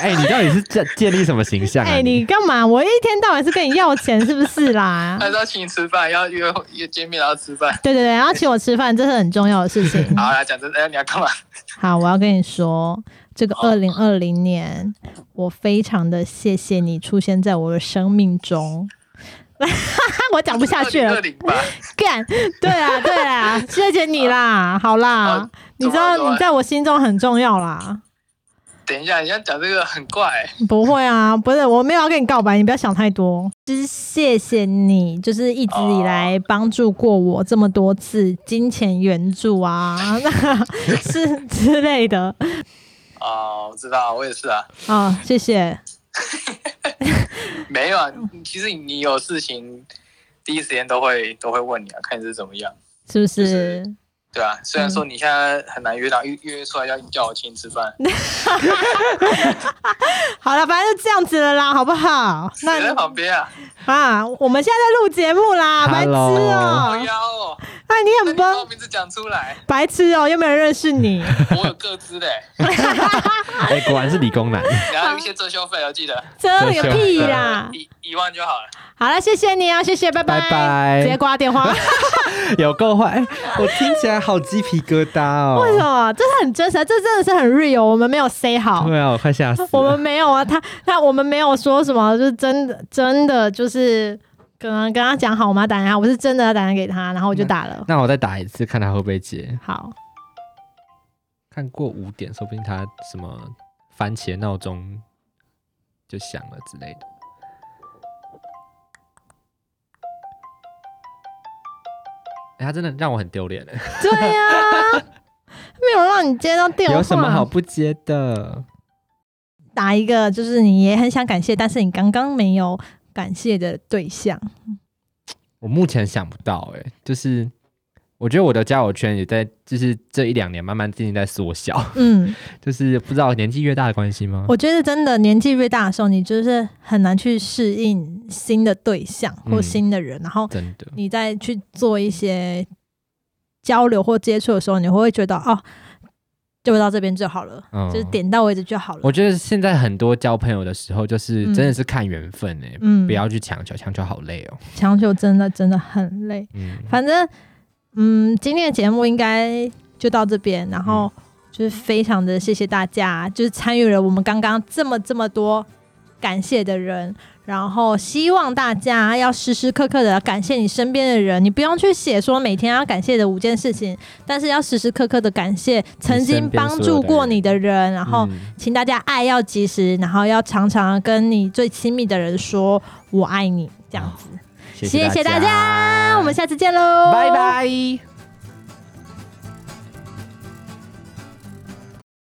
Speaker 1: 哎、你到底是建建立什么形象、啊？
Speaker 2: 哎、你干嘛？我一天到晚是跟你要钱是不是 啦？
Speaker 3: 还是要请你吃饭，要约约见面，然后吃饭。
Speaker 2: 对对对，然后请我吃饭，这是很重要的事情。
Speaker 3: 好啦，讲真的，哎，你要干嘛？
Speaker 2: 好，我要跟你说，这个二零二零年，我非常的谢谢你出现在我的生命中。 我讲不下去了
Speaker 3: 二，零吧？
Speaker 2: 干，对啊，对啊，谢谢你啦，好啦
Speaker 3: 啊，
Speaker 2: 你知
Speaker 3: 怎么
Speaker 2: 道
Speaker 3: 了
Speaker 2: 你在我心中很重要啦。
Speaker 3: 等一下，你要讲这个很怪、欸
Speaker 2: 不会啊，不是，我没有要跟你告白，你不要想太多。就是谢谢你，就是一直以来帮助过我这么多次，金钱援助啊， 那是之类的
Speaker 3: 哦，我知道，我也是啊。
Speaker 2: 啊、谢谢。
Speaker 3: 没有啊，
Speaker 2: 嗯
Speaker 3: 其实你有事情第一时间都会都会问你啊，看你是怎么样。
Speaker 2: 是不
Speaker 3: 就是是？对啊，虽然说
Speaker 2: 嗯
Speaker 3: 你现在很难约到约约出来要叫我请你吃饭，
Speaker 2: 好了，反正就这样子了啦，好不好？
Speaker 3: 谁在
Speaker 2: 那
Speaker 3: 旁边啊？
Speaker 2: 啊，我们现在在录节目啦，白痴
Speaker 1: Hello
Speaker 3: 好
Speaker 2: 哦、
Speaker 3: 妖哦，
Speaker 2: 哎，你
Speaker 3: 那
Speaker 2: 很
Speaker 3: 你把我
Speaker 2: 崩，
Speaker 3: 名字讲出来，
Speaker 2: 白痴哦、又没有人认 识你。
Speaker 3: 我有各自嘞，
Speaker 1: 哎、果然是理 工男。
Speaker 3: 然后有一些遮羞费要 记得
Speaker 2: 遮个屁啦！
Speaker 3: 一一万就好了。
Speaker 2: 好了，谢谢你啊，谢谢，拜
Speaker 1: 拜拜
Speaker 2: 直接挂电话。
Speaker 1: 有够坏、哎我听起来好鸡皮疙瘩哦。
Speaker 2: 为什么？这是很真实，这真的是很 real，我们没有 say 好。
Speaker 1: 对啊，我快吓死了。
Speaker 2: 我们没有啊，他他我们没有说什么，就是真的真的就是跟跟他讲好，我们要打电话，我是真的要打电话给他，然后我就打了。
Speaker 1: 那我再打一次，看他会不会接。
Speaker 2: 好，
Speaker 1: 看过五点，说不定他什么番茄闹钟就响了之类的。哎、他真的让我很丢脸哎。
Speaker 2: 对呀、没有让你接到电话，
Speaker 1: 有什么好不接的？
Speaker 2: 打一个？就是你也很想感谢，但是你刚刚没有感谢的对象。
Speaker 1: 我目前想不到哎、就是我觉得我的交友圈也在，就是这一两年慢慢渐渐在缩小，
Speaker 2: 嗯，
Speaker 1: 就是不知道年纪越大的关系吗？
Speaker 2: 我觉得真的年纪越大的时候，你就是很难去适应新的对象或
Speaker 1: 嗯
Speaker 2: 新的人，然后
Speaker 1: 真的，
Speaker 2: 你再去做一些交流或接触的时候，你会觉得哦，就到这边就好了，
Speaker 1: 嗯
Speaker 2: 就是点到为止就好了。
Speaker 1: 我觉得现在很多交朋友的时候，就是
Speaker 2: 嗯
Speaker 1: 真的是看缘分哎、
Speaker 2: 嗯
Speaker 1: 不要去强求，强求好累哦。
Speaker 2: 强求真的真的很累。
Speaker 1: 嗯，
Speaker 2: 反正，嗯，今天的节目应该就到这边，然后就是非常的谢谢大家，就是参与了我们刚刚这么这么多感谢的人，然后希望大家要时时刻刻的感谢你身边的人，你不用去写说每天要感谢的五件事情，但是要时时刻刻的感谢曾经帮助过你的人，然后
Speaker 1: 嗯
Speaker 2: 请大家爱要及时，然后要常常跟你最亲密的人说我爱你，这样子。
Speaker 1: 谢
Speaker 2: 谢谢
Speaker 1: 谢
Speaker 2: 大家，我们下次见喽，
Speaker 1: 拜拜。